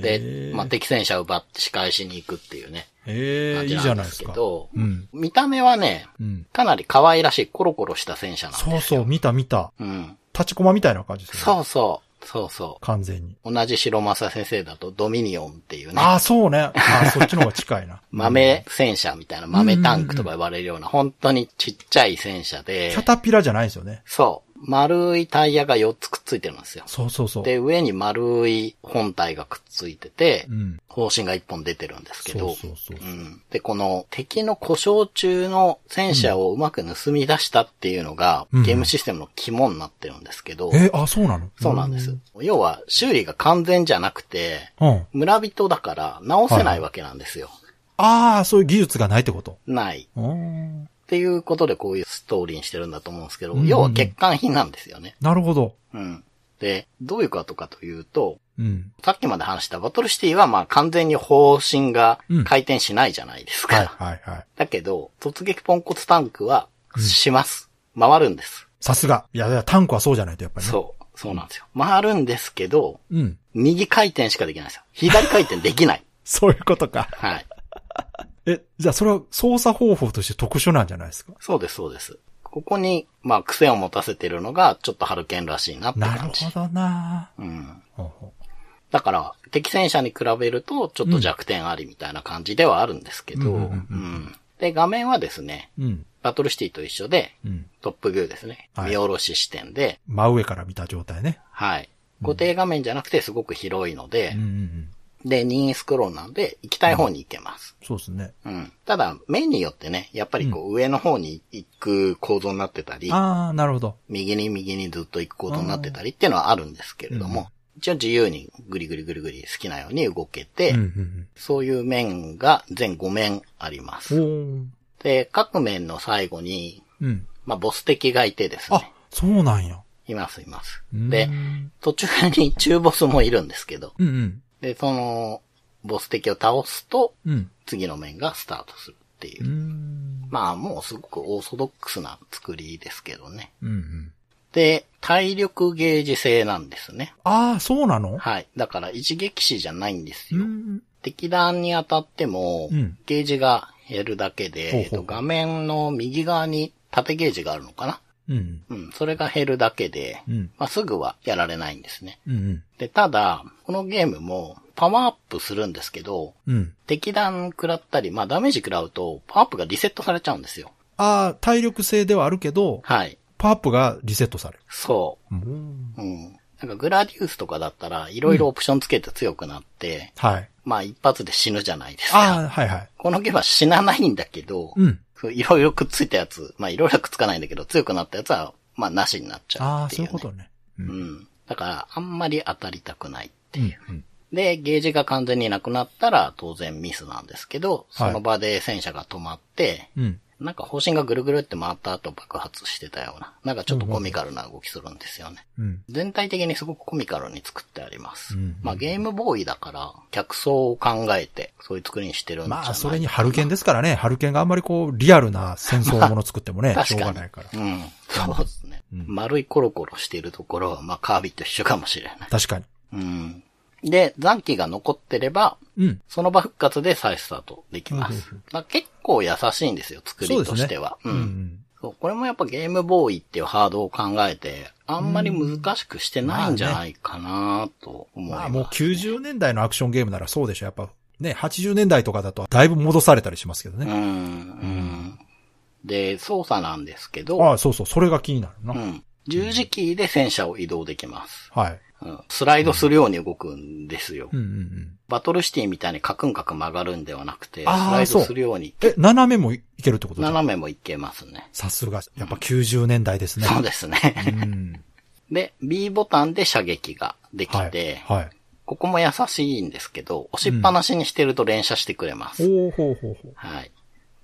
Speaker 2: へ
Speaker 3: で、
Speaker 2: ー
Speaker 3: まあ、敵戦車を奪って仕返しに行くっていうね。
Speaker 2: ええ
Speaker 3: 感
Speaker 2: いいじゃないです
Speaker 3: け
Speaker 2: か。
Speaker 3: ど、
Speaker 2: うん。
Speaker 3: 見た目はね、
Speaker 2: うん。
Speaker 3: かなり可愛らしいコロコロした戦車なん
Speaker 2: そう
Speaker 3: です
Speaker 2: そ
Speaker 3: よ。
Speaker 2: う、見た見た。
Speaker 3: そう。うん。
Speaker 2: 立ちコマみたいな感じですね。
Speaker 3: そうそう。そうそ
Speaker 2: 完全に。
Speaker 3: う。同じ白正先生だとドミニオンっていうね、
Speaker 2: ああ、そうね。ああ、そっちの方が近いな。
Speaker 3: 豆戦車みたいな豆タンクとか呼ばれるような、本当にちっちゃい戦車で
Speaker 2: キャ、タピラじゃないですよね。
Speaker 3: そう。丸いタイヤが4つくっついてるんですよ。
Speaker 2: そうそうそう。
Speaker 3: で、上に丸い本体がくっついてて
Speaker 2: う、ん。
Speaker 3: 方針が1本出てるんですけ
Speaker 2: そう
Speaker 3: ど、
Speaker 2: そうそう。
Speaker 3: うんで、この敵の故障中の戦車をうまく盗み出したっていうのが、
Speaker 2: うん
Speaker 3: ゲームシステムの肝になってるんですけど、
Speaker 2: えー、あ、そうなの
Speaker 3: そうなんです。。要は、修理が完全じゃなくて、
Speaker 2: うん。
Speaker 3: 村人だから直せないわけなんですよ。
Speaker 2: ああ、そういう技術がないってこと。
Speaker 3: ない。
Speaker 2: うーん。
Speaker 3: っていうことでこういうストーリーにしてるんだと思うんですけど、
Speaker 2: うん
Speaker 3: 要は欠陥品なんですよね。
Speaker 2: なるほど。
Speaker 3: うん。で、どういうことかというと、
Speaker 2: うん。
Speaker 3: さっきまで話したバトルシティはまあ完全に方針が回転しないじゃないですか。
Speaker 2: はいはいはい。
Speaker 3: だけど、突撃ポンコツタンクはします。回るんです。
Speaker 2: さすが。いや、いやタンクはそうじゃないと、やっぱりね。
Speaker 3: そう。そうなんですよ。回るんですけど、
Speaker 2: う。うん。
Speaker 3: 右回転しかできないんですよ。左回転で きない。
Speaker 2: そういうことか。
Speaker 3: はい。
Speaker 2: え、じゃあそれは操作方法として特殊なんじゃないですか
Speaker 3: そうです、そうです。ここに、まあ、癖を持たせてるのが、ちょっとハルケンらしいなって
Speaker 2: なる
Speaker 3: 感じ
Speaker 2: ほ。どな
Speaker 3: うん。
Speaker 2: ほうほう
Speaker 3: だから、敵戦車に比べると、ちょっと弱点ありみたいな感じではあるんですけど、
Speaker 2: うう
Speaker 3: うん。
Speaker 2: んうん
Speaker 3: で、画面はですね、
Speaker 2: うん。
Speaker 3: バトルシティと一緒で、
Speaker 2: うん。
Speaker 3: トップビューですね。
Speaker 2: はい
Speaker 3: 見下ろし視点で、
Speaker 2: 真上から見た状態ね。
Speaker 3: はい。固定画面じゃなくてすごく広いので
Speaker 2: うん、うんうん。
Speaker 3: で、任意スクロールなんで、行きたい方に行けます。
Speaker 2: そうですね。
Speaker 3: うん。ただ、目によってね、やっぱりこう、上の方に行く構造になってたり、
Speaker 2: ああ、なるほど。
Speaker 3: 右に右にずっと行くことになってたりっていうのはあるんですけれども、一応自由にぐりぐりぐりぐり好きなように動けて、
Speaker 2: うんうん
Speaker 3: そういう面が全5面ありま
Speaker 2: うん。
Speaker 3: す。
Speaker 2: おー
Speaker 3: で、各面の最後に、
Speaker 2: うん。
Speaker 3: まあ、ボス敵がいてです
Speaker 2: あ
Speaker 3: ね。、
Speaker 2: そうなんや。
Speaker 3: います、います。
Speaker 2: うーん
Speaker 3: で、途中に中ボスもいるんですけど、
Speaker 2: うんうん。
Speaker 3: で、その、ボス敵を倒すと、
Speaker 2: うん。
Speaker 3: 次の面がスタートするっていうう。
Speaker 2: ーん。
Speaker 3: まあ、もうすごくオーソドックスな作りですけどね。
Speaker 2: うんうん。
Speaker 3: で、体力ゲージ制なんですね。
Speaker 2: ああ、そうなの
Speaker 3: はい。だから一撃死じゃないんです
Speaker 2: う
Speaker 3: よ。
Speaker 2: ん。
Speaker 3: 敵弾に当たっても、
Speaker 2: うん
Speaker 3: ゲージが減るだけで、
Speaker 2: ほうほう
Speaker 3: えっと画面の右側に縦ゲージがあるのかな
Speaker 2: うん。
Speaker 3: うん。それが減るだけで、
Speaker 2: うん。
Speaker 3: まあ、すぐはやられないんですね。
Speaker 2: うんうん。
Speaker 3: で、ただ、このゲームもパワーアップするんですけど、
Speaker 2: うん。
Speaker 3: 敵弾食らったり、まあダメージ食らうと、パワーアップがリセットされちゃうんですよ。
Speaker 2: ああ、体力性ではあるけど、
Speaker 3: はい。
Speaker 2: パワーアップがリセットされる。
Speaker 3: そ
Speaker 2: うん。
Speaker 3: う。うん。なんかグラディウスとかだったら、いろいろオプションつけて強くなって、
Speaker 2: はい。
Speaker 3: まあ一発で死ぬじゃないですか。
Speaker 2: ああ、はいはい。
Speaker 3: このゲームは死なないんだけど、
Speaker 2: うん。
Speaker 3: いろいろくっついたやつ、まあいろいろくっつかないんだけど、強くなったやつは、まあなしになっち
Speaker 2: あ
Speaker 3: ゃう
Speaker 2: あ、
Speaker 3: って
Speaker 2: そ
Speaker 3: い
Speaker 2: う
Speaker 3: う、
Speaker 2: いう
Speaker 3: ね。
Speaker 2: ことね。う
Speaker 3: う。ん。だから、あんまり当たりたくないって
Speaker 2: う
Speaker 3: い
Speaker 2: ん
Speaker 3: う。で、ゲージが完全になくなったら、当然ミスなんですけど、その場で戦車が止まって、
Speaker 2: うん。うん。
Speaker 3: なんか方針がぐるぐるって回った後爆発してたような、なんかちょっとコミカルな動きするんですよね。
Speaker 2: うん。
Speaker 3: 全体的にすごくコミカルに作ってあります。
Speaker 2: うん
Speaker 3: まあゲームボーイだから、客層を考えて、そういう作りにしてるんじゃない
Speaker 2: まあ、それにハルケンですからね。ハルケンがあんまりこう、リアルな戦争もの作ってもね、しょうがないから。
Speaker 3: うん。そうですね。
Speaker 2: うん
Speaker 3: 丸いコロコロしているところは、まあカービィと一緒かもしれない。
Speaker 2: 確かに。
Speaker 3: うん。で、残機が残ってれば、
Speaker 2: うん。
Speaker 3: その場復活で再スタートできます。
Speaker 2: うんうん
Speaker 3: まあ結構優しいんですよ、作りとしては。
Speaker 2: うんうん。
Speaker 3: そう、これもやっぱゲームボーイっていうハードを考えて、あんまり難しくしてないんじゃないかなと思います。
Speaker 2: まあ、もう90年代のアクションゲームならそうでしょ。やっぱ、ね、80年代とかだと、だいぶ戻されたりしますけど
Speaker 3: う
Speaker 2: ね。
Speaker 3: ん、うん。で、操作なんですけ
Speaker 2: あ
Speaker 3: ど、
Speaker 2: あ、そうそう、それが気になるな。
Speaker 3: うん。十字キーで戦車を移動できます。
Speaker 2: はい。
Speaker 3: うん、スライドするように動くんですよ。
Speaker 2: うんうんうん。
Speaker 3: バトルシティみたいにカクンカクン曲がるんではなくて、ス
Speaker 2: あー
Speaker 3: ライ
Speaker 2: そ
Speaker 3: ド
Speaker 2: う
Speaker 3: するように、
Speaker 2: え、斜めもいけるってことじゃん
Speaker 3: 斜めもいけますね。
Speaker 2: さすが、やっぱ90年代ですね。
Speaker 3: そうですね。
Speaker 2: うん。
Speaker 3: で、B ボタンで射撃ができて、
Speaker 2: はい。はい。
Speaker 3: ここも優しいんですけど、押しっぱなしにしてると連射してくれます。
Speaker 2: おーほうほうほう。
Speaker 3: はい。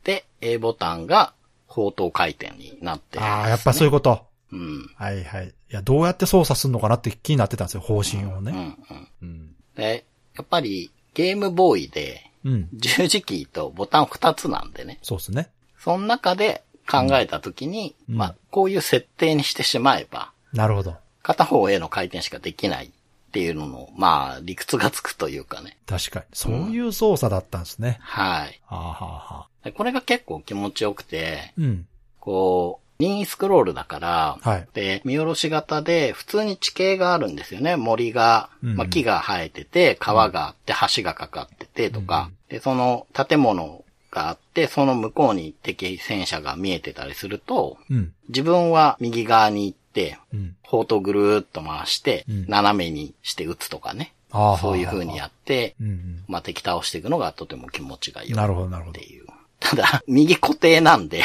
Speaker 3: で、A ボタンが砲塔回転になってます
Speaker 2: ああ、やっぱそういうこと。
Speaker 3: うん。
Speaker 2: はいはい。いや、どうやって操作するのかなって気になってたんですよ、方針を
Speaker 3: うんう
Speaker 2: ね。
Speaker 3: ん。
Speaker 2: うん。
Speaker 3: で、やっぱりゲームボーイで
Speaker 2: うん。
Speaker 3: 十字キーとボタン2つなんでね。
Speaker 2: そうですね。
Speaker 3: その中で考えた時に、
Speaker 2: うん
Speaker 3: まあ、こういう設定にしてしまえば、
Speaker 2: なるほど。
Speaker 3: 片方への回転しかできないっていうのの、まあ、理屈がつくというかね。
Speaker 2: 確かに。そういう操作だったんですね。
Speaker 3: はい。
Speaker 2: はあはあはあ。
Speaker 3: でこれが結構気持ちよくて、
Speaker 2: うん。
Speaker 3: こう、任意スクロールだから、
Speaker 2: はい
Speaker 3: で、見下ろし型で、普通に地形があるんですよね。森が、
Speaker 2: うんうん
Speaker 3: まあ、木が生えてて、川があって、橋がかかっててとか、で、その建物があって、その向こうに敵戦車が見えてたりすると、
Speaker 2: うん。
Speaker 3: 自分は右側に行って、
Speaker 2: うん。
Speaker 3: 砲塔ぐるーっと回して、
Speaker 2: うん
Speaker 3: 斜めにして撃つとかね。
Speaker 2: ああ
Speaker 3: そういう風にやって、
Speaker 2: うんうん。
Speaker 3: まあ、敵倒していくのがとても気持ちが良い。
Speaker 2: なるほど、なるほ
Speaker 3: っ
Speaker 2: ど
Speaker 3: て。いう。ただ、右固定なんで、
Speaker 2: ん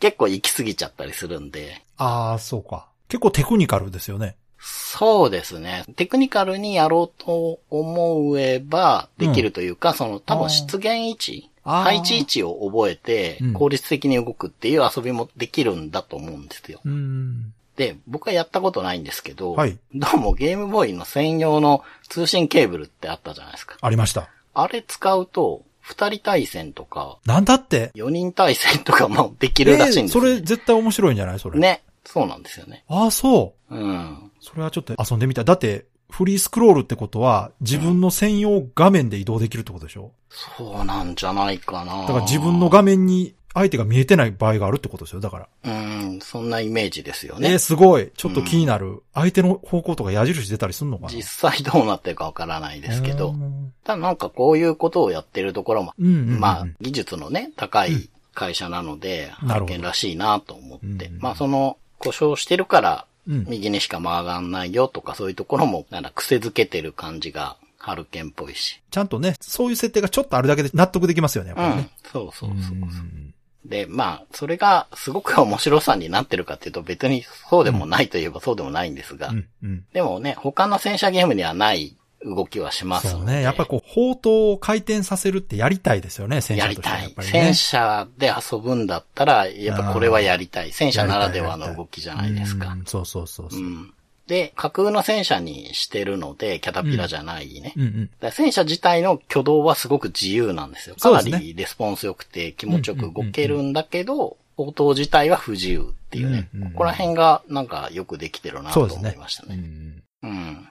Speaker 3: 結構行き過ぎちゃったりするんで、
Speaker 2: ああ、そうか。結構テクニカルですよね。
Speaker 3: そうですね。テクニカルにやろうと思えばできるというか、その多分出現位置、
Speaker 2: あー
Speaker 3: 配置位置を覚えて
Speaker 2: うん
Speaker 3: 効率的に動くっていう遊びもできるんだと思うんですよ。
Speaker 2: うん。
Speaker 3: で、僕はやったことないんですけど、
Speaker 2: はい
Speaker 3: どうもゲームボーイの専用の通信ケーブルってあったじゃないですか。
Speaker 2: ありました。
Speaker 3: あれ使うと、二人対戦とか、
Speaker 2: なんだって
Speaker 3: 四人対戦とかもできるらし
Speaker 2: えー
Speaker 3: いんです
Speaker 2: そ
Speaker 3: よ、
Speaker 2: れ絶対面白いんじゃないそれ。。
Speaker 3: ね。そうなんですよね。
Speaker 2: ああ、そう。
Speaker 3: うん。
Speaker 2: それはちょっと遊んでみたい。だって、フリースクロールってことは、自分の専用画面で移動できるってことでしょ
Speaker 3: そうなんじゃないかな。
Speaker 2: だから自分の画面に相手が見えてない場合があるってことですよ。だから。
Speaker 3: うん、そんなイメージですよ
Speaker 2: え
Speaker 3: ね
Speaker 2: ー。すごい。ちょっと気になる。相手の方向とか矢印出たりすんのかな
Speaker 3: 実際どうなってるかわからないですけ
Speaker 2: う
Speaker 3: ど
Speaker 2: ん。
Speaker 3: ただなんかこういうことをやってるところも、
Speaker 2: うんうんうん。
Speaker 3: まあ、技術のね、高い会社なので、
Speaker 2: うんなる
Speaker 3: 発
Speaker 2: ほど
Speaker 3: 見らしいなと思って
Speaker 2: うん。
Speaker 3: まあその、故障してるから、
Speaker 2: うん
Speaker 3: 右にしか曲がんないよとかそういうところも、なんだ、癖づけてる感じが、ハルケンっぽいし。
Speaker 2: ちゃんとね、そういう設定がちょっとあるだけで納得できますよね、やっ
Speaker 3: う
Speaker 2: ぱり
Speaker 3: ん
Speaker 2: ね。。
Speaker 3: そうそうそうそう。
Speaker 2: ん
Speaker 3: で、まあ、それがすごく面白さになってるかっていうと別にそうでもないといえばそうでもないんですが、
Speaker 2: うんうん。
Speaker 3: でもね、他の戦車ゲームにはない動きはします
Speaker 2: そ
Speaker 3: の
Speaker 2: う
Speaker 3: で。
Speaker 2: ね。やっぱこう、砲塔を回転させるってやりたいですよね、戦
Speaker 3: や
Speaker 2: 車
Speaker 3: り
Speaker 2: としては
Speaker 3: た
Speaker 2: やっ
Speaker 3: い。
Speaker 2: ぱりね。
Speaker 3: 戦車で遊ぶんだったら、やっぱこれはやりたい。戦車ならでは
Speaker 2: やりたいやりた
Speaker 3: の
Speaker 2: い
Speaker 3: 動きじゃないですか
Speaker 2: う。んそうそうそう
Speaker 3: う
Speaker 2: そう。うん
Speaker 3: ん。で、架空の戦車にしてるので、キャタピラじゃないね。
Speaker 2: うん。
Speaker 3: だから戦車自体の挙動はすごく自由なんですよ。か
Speaker 2: そうで
Speaker 3: な
Speaker 2: すね
Speaker 3: りレスポンス良くて気持ちよく動けるんだけど、応答自体は不自由っていうね
Speaker 2: うんうんう。ん
Speaker 3: ここら辺がなんかよくできてるなと
Speaker 2: そうです
Speaker 3: 思
Speaker 2: ね
Speaker 3: いました。
Speaker 2: う
Speaker 3: ね。
Speaker 2: ん
Speaker 3: うん。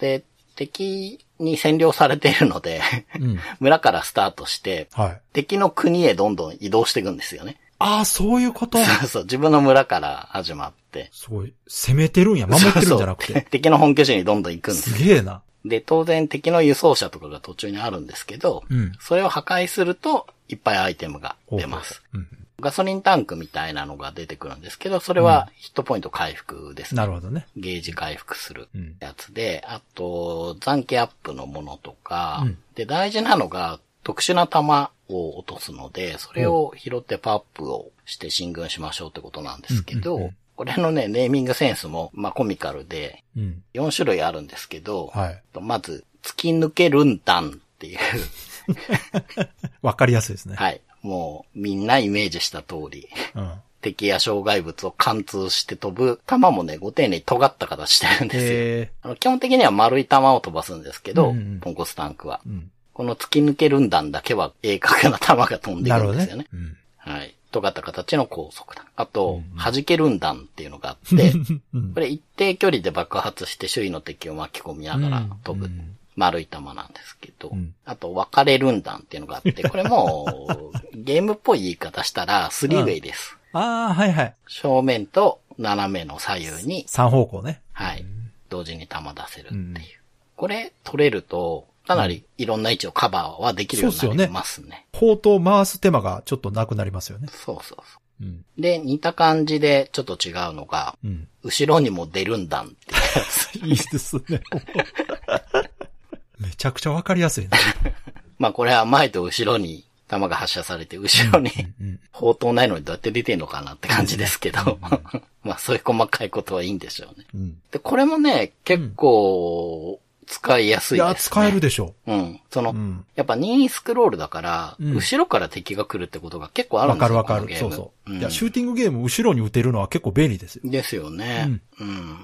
Speaker 3: で、敵に占領されているので、
Speaker 2: うん。
Speaker 3: 村からスタートして、
Speaker 2: はい。
Speaker 3: 敵の国へどんどん移動していくんですよね。
Speaker 2: ああ、そういうこと。
Speaker 3: そうそう、自分の村から始まって。
Speaker 2: すごい。攻めてるんや。守ってるんじゃなく
Speaker 3: そうそう
Speaker 2: て。
Speaker 3: 敵の本拠地にどんどん行くんです
Speaker 2: す
Speaker 3: よ。
Speaker 2: げえな。
Speaker 3: で、当然敵の輸送車とかが途中にあるんですけど、
Speaker 2: うん。
Speaker 3: それを破壊すると、いっぱいアイテムが 出ます。
Speaker 2: うん。
Speaker 3: ガソリンタンクみたいなのが出てくるんですけど、それはヒットポイント回復ですね。
Speaker 2: なるほどね。
Speaker 3: ゲージ回復する
Speaker 2: うん。
Speaker 3: やつで、あと、残機アップのものとか、
Speaker 2: うん
Speaker 3: で、大事なのが特殊な弾を落とすので、それを拾ってパワーアップをして進軍しましょうってことなんですけ
Speaker 2: うん
Speaker 3: ど、
Speaker 2: うんうん
Speaker 3: これのね、ネーミングセンスも、まあ、コミカルで、
Speaker 2: うん。
Speaker 3: 4種類あるんですけど、
Speaker 2: はい。
Speaker 3: まず、突き抜けるんだんっ ていう、
Speaker 2: わかりやすいですね。
Speaker 3: はい。もう、みんなイメージした通り。
Speaker 2: うん。
Speaker 3: 敵や障害物を貫通して飛ぶ。弾もね、ご丁寧に尖った形してるんですよ。
Speaker 2: え
Speaker 3: あの基本的には丸い弾を飛ばすんですけど、
Speaker 2: うんうん
Speaker 3: ポンコツタンクは。
Speaker 2: ー。うん。
Speaker 3: この突き抜けるんだんだけは鋭角な弾が飛んでい
Speaker 2: なる
Speaker 3: く
Speaker 2: ほ
Speaker 3: ん
Speaker 2: ど
Speaker 3: ですよね
Speaker 2: ね。。うん。
Speaker 3: はい。尖った形の高速弾。あと、
Speaker 2: うんうん
Speaker 3: 弾けるんだんっていうのがあ って、
Speaker 2: うん
Speaker 3: これ一定距離で爆発して周囲の敵を巻き込みながら飛ぶ。
Speaker 2: うんうん
Speaker 3: 丸い弾なんですけど、
Speaker 2: うん
Speaker 3: あと、分かれるんだんっていうのが あって、これも、ゲームっぽい言い方したら、スリーウェイです。
Speaker 2: ああ、はいはい。
Speaker 3: 正面と斜めの左右に、
Speaker 2: 三方向ね。
Speaker 3: はい、同時に弾出せるっていう。
Speaker 2: うん
Speaker 3: これ、取れると、かなりいろんな位置をカバーはできるようになりますね。
Speaker 2: 砲塔を回す手間がちょっとなくなりますよね。
Speaker 3: そうそうそう。
Speaker 2: うん。
Speaker 3: で、似た感じでちょっと違うのが、
Speaker 2: うん。
Speaker 3: 後ろにも出るんだんっていうやつ
Speaker 2: いいですね。めちゃくちゃわかりやすいな。
Speaker 3: まあこれは前と後ろに弾が発射されて、後ろに
Speaker 2: うん。
Speaker 3: 砲塔ないのにどうやって出てんのかなって感じですけど、 まあそういう細かいことはいいんでしょうね。
Speaker 2: うん。
Speaker 3: で、これもね、結構、使いやす
Speaker 2: い
Speaker 3: いです、ね
Speaker 2: や、使えるでしょ
Speaker 3: うん。その、
Speaker 2: う。うん。
Speaker 3: やっぱ任意スクロールだから、
Speaker 2: うん
Speaker 3: 後ろから敵が来るってことが結構ある
Speaker 2: わ
Speaker 3: んで
Speaker 2: か
Speaker 3: す
Speaker 2: る
Speaker 3: よ。
Speaker 2: わか
Speaker 3: この
Speaker 2: る。
Speaker 3: ゲー
Speaker 2: そ
Speaker 3: ム
Speaker 2: うそう。
Speaker 3: ん
Speaker 2: いや、シューティングゲーム後ろに打てるのは結構便利ですよ。
Speaker 3: ですよね。うん。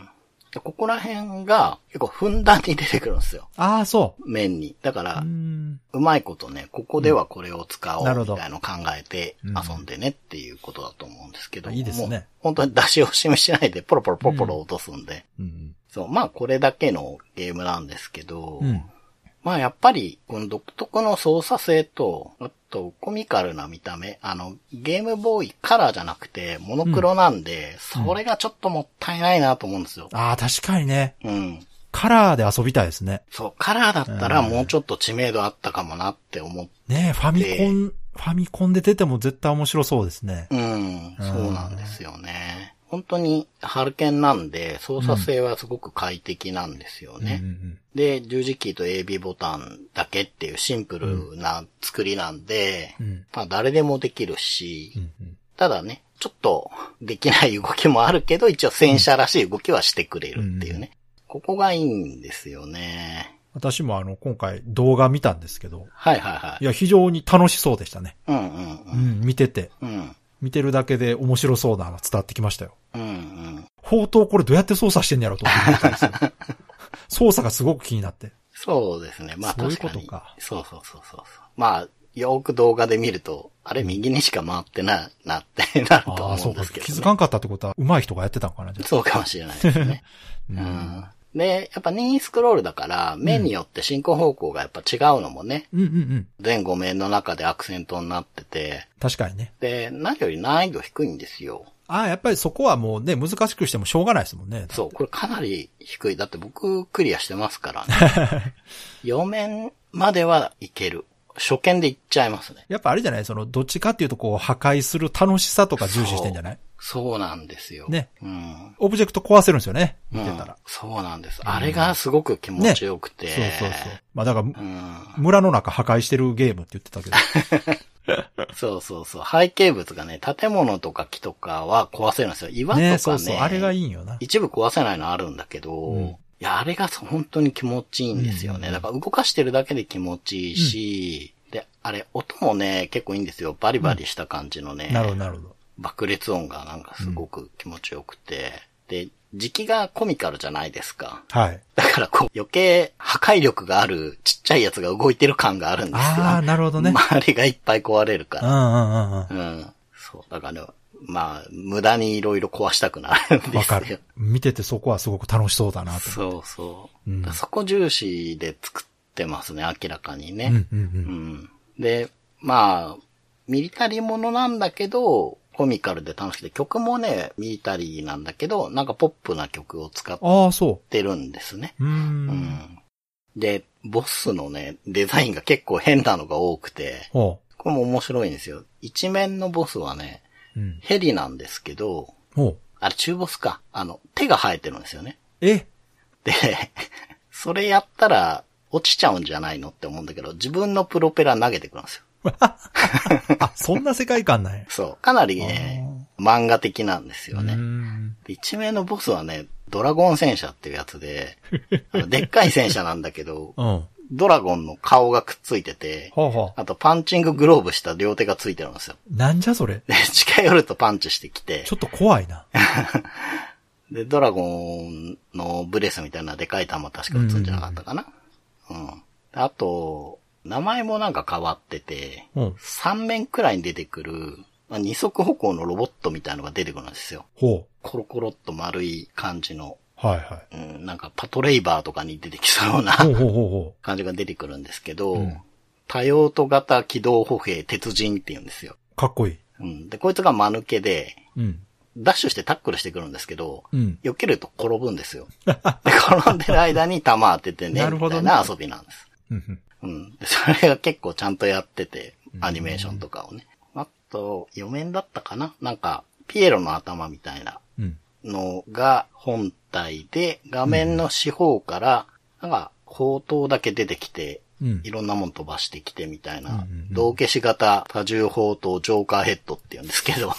Speaker 3: でここら辺が結構ふんだんに出てくるんですよ。
Speaker 2: ああ、そ
Speaker 3: 面に。だか
Speaker 2: う。う
Speaker 3: ら、
Speaker 2: ー。
Speaker 3: うんまいことね、ここではこれを使おう
Speaker 2: なるほど
Speaker 3: みたいなのを考えて遊んでねっていうことだと思うんですけど、
Speaker 2: いいですね
Speaker 3: もう本当に出し惜しみしないでポロポロポロポロ落とすんで、
Speaker 2: うん。
Speaker 3: そう、まあこれだけのゲームなんですけど、
Speaker 2: うん。
Speaker 3: まあやっぱり、この独特の操作性と、あとコミカルな見た目、あの、ゲームボーイカラーじゃなくてモノクロなんで、それがちょっともったいないなと思うんですよ。
Speaker 2: ああ、確かにね。
Speaker 3: うん。
Speaker 2: カラーで遊びたいですね。
Speaker 3: そう、カラーだったらもうちょっと知名度あったかもなって思っ
Speaker 2: ねえファミコン、ファミコンで出ても絶対面白そうですね。
Speaker 3: うん、そうなんですよね。本当に、ハルケンなんで、操作性はすごく快適なんですよね。
Speaker 2: うんうん
Speaker 3: で、十字キーと AB ボタンだけっていうシンプルな作りなんで、
Speaker 2: うん
Speaker 3: まあ誰でもできるし、
Speaker 2: うんうん
Speaker 3: ただね、ちょっとできない動きもあるけど、一応戦車らしい動きはしてくれるっていうね。ここがいいんですよね。
Speaker 2: 私もあの、今回動画見たんですけど、
Speaker 3: はいはいはいい。
Speaker 2: や、非常に楽しそうでしたね。
Speaker 3: うんう
Speaker 2: うんん、見てて。
Speaker 3: うん。うん
Speaker 2: 見てるだけで面白そうなのが伝わってきましたよ。
Speaker 3: うんうん。
Speaker 2: 砲塔これどうやって操作してんやろうと思ってたん ですよ。操作がすごく気になって。
Speaker 3: そうですね。まあ
Speaker 2: そういう
Speaker 3: 確か
Speaker 2: こ
Speaker 3: に。
Speaker 2: とか
Speaker 3: そうそうそうそうそう。まあ、よく動画で見ると、あれ右にしか回ってないなってなると
Speaker 2: ああ、
Speaker 3: 思
Speaker 2: そううん
Speaker 3: で
Speaker 2: か。
Speaker 3: すけど、
Speaker 2: 気
Speaker 3: ね。
Speaker 2: づかんかったってことは、上手い人がやってたのかな、じゃ
Speaker 3: そうかもしれないです ね。
Speaker 2: あ。
Speaker 3: うんで、やっぱ任意スクロールだから、目によって進行方向がやっぱ違うのもね、
Speaker 2: うん。うんうんうん。
Speaker 3: 前後面の中でアクセントになってて、
Speaker 2: 確かにね。
Speaker 3: で、何より難易度低いんですよ。
Speaker 2: ああ、やっぱりそこはもうね、難しくしてもしょうがないですもんね。
Speaker 3: そう、これかなり低い。だって僕クリアしてますからね。4面まではいける。初見でいっちゃいますね。
Speaker 2: やっぱあれじゃないその、どっちかっていうとこう、破壊する楽しさとか重視してんじゃない
Speaker 3: そうなんですよ。
Speaker 2: ね。
Speaker 3: うん。
Speaker 2: オブジェクト壊せるんですよね。見てた
Speaker 3: うん
Speaker 2: ら。
Speaker 3: そうなんです。あれがすごく気持ちよくて。
Speaker 2: そうそうそう。まあだから、
Speaker 3: うん。
Speaker 2: 村の中破壊してるゲームって言ってた けど。
Speaker 3: そうそうそう。背景物がね、建物とか木とかは壊せるんですよ。岩とかね。
Speaker 2: ねそうそう。あれがいいんよな。
Speaker 3: 一部壊せないのあるんだけど、
Speaker 2: ん
Speaker 3: いや、あれがそう本当に気持ちいいんですよね。だから動かしてるだけで気持ちいいし、で、あれ、音もね、結構いいんですよ。バリバリした感じのね、
Speaker 2: なるほど、なるほど。
Speaker 3: 爆裂音がなんかすごく気持ちよくて、で、時期がコミカルじゃないですか。
Speaker 2: はい。
Speaker 3: だからこう、余計破壊力があるちっちゃいやつが動いてる感があるんですよ。
Speaker 2: ああ、なるほどね。
Speaker 3: 周りがいっぱい壊れるから
Speaker 2: うん。うんうん
Speaker 3: う。ん。そう。だからね、まあ、無駄にいろいろ壊したくなるんです
Speaker 2: うん。
Speaker 3: よ。
Speaker 2: わかる。見ててそこはすごく楽しそうだなと。
Speaker 3: そうそう。
Speaker 2: うん
Speaker 3: そこ重視で作ってますね、明らかに
Speaker 2: うんう
Speaker 3: ね。
Speaker 2: んう。
Speaker 3: うんんで、まあ、ミリタリーものなんだけど、コミカルで楽しくて、曲もね、ミリタリーなんだけど、なんかポップな曲を使っ
Speaker 2: ああ、そ
Speaker 3: てるんですね。
Speaker 2: う。うー。
Speaker 3: うんん。で、ボスのね、デザインが結構変なのが多くて、
Speaker 2: ほ
Speaker 3: これも面白いんですよ。一面のボスはね、
Speaker 2: う。うん。
Speaker 3: ヘリなんですけど、
Speaker 2: ほう。
Speaker 3: あれ中ボスか。あの、手が生えてるんですよね。
Speaker 2: え
Speaker 3: で、それやったら落ちちゃうんじゃないのって思うんだけど、自分のプロペラ投げてくるんですよ。
Speaker 2: あ、そんな世界観なんや。
Speaker 3: そう。かなりね、漫画的なんですよ
Speaker 2: うー
Speaker 3: ね。
Speaker 2: ん
Speaker 3: で一名のボスはね、ドラゴン戦車っていうやつで、あので っかい戦車なんだけど
Speaker 2: う、ん。は
Speaker 3: ドラゴンの顔がくっついてて、
Speaker 2: あはあ。
Speaker 3: あとパンチンググローブした両手がついてるんですよ。
Speaker 2: なんじゃそれ。
Speaker 3: で、近寄るとパンチしてきて
Speaker 2: ち、ょっと怖い な。
Speaker 3: で、ドラゴンのブレスみたいなでかい弾確か撃つんじゃなかったかな。うんあと、名前もなんか変わってて、
Speaker 2: うん。
Speaker 3: 3面くらいに出てくる、まあ二足歩行のロボットみたいのが出てくるんですよ。
Speaker 2: ほ
Speaker 3: コロコロっと丸い感じの、
Speaker 2: う。はいは。
Speaker 3: うん、なんかパトレイバーとかに出てきそうない
Speaker 2: ほうほうほうほ
Speaker 3: 感じが出てくるんですけど、
Speaker 2: うん
Speaker 3: 多用途型機動歩兵鉄人って言うんですよ。
Speaker 2: う。かっこいい。
Speaker 3: うん。で、こいつが間抜けで、
Speaker 2: うん。
Speaker 3: ダッシュしてタックルしてくるんですけど、
Speaker 2: うん。
Speaker 3: 避けると転ぶんで すよ。で転んでる間に弾当ててね、
Speaker 2: なる
Speaker 3: み
Speaker 2: ほ
Speaker 3: た
Speaker 2: どね
Speaker 3: いな遊びなんです。
Speaker 2: うんうん
Speaker 3: うん。でそれが結構ちゃんとやってて、アニメーションとかをね。あと、4面だったかななんか、ピエロの頭みたいな
Speaker 2: うん。
Speaker 3: のが本体で、画面の四方から、なんか、砲塔だけ出てきて、
Speaker 2: うん
Speaker 3: い。ろんなもん飛ばしてきてみたいな
Speaker 2: うんうんうん、
Speaker 3: 道消し型多重砲塔ジョーカーヘッドって言うんですけど、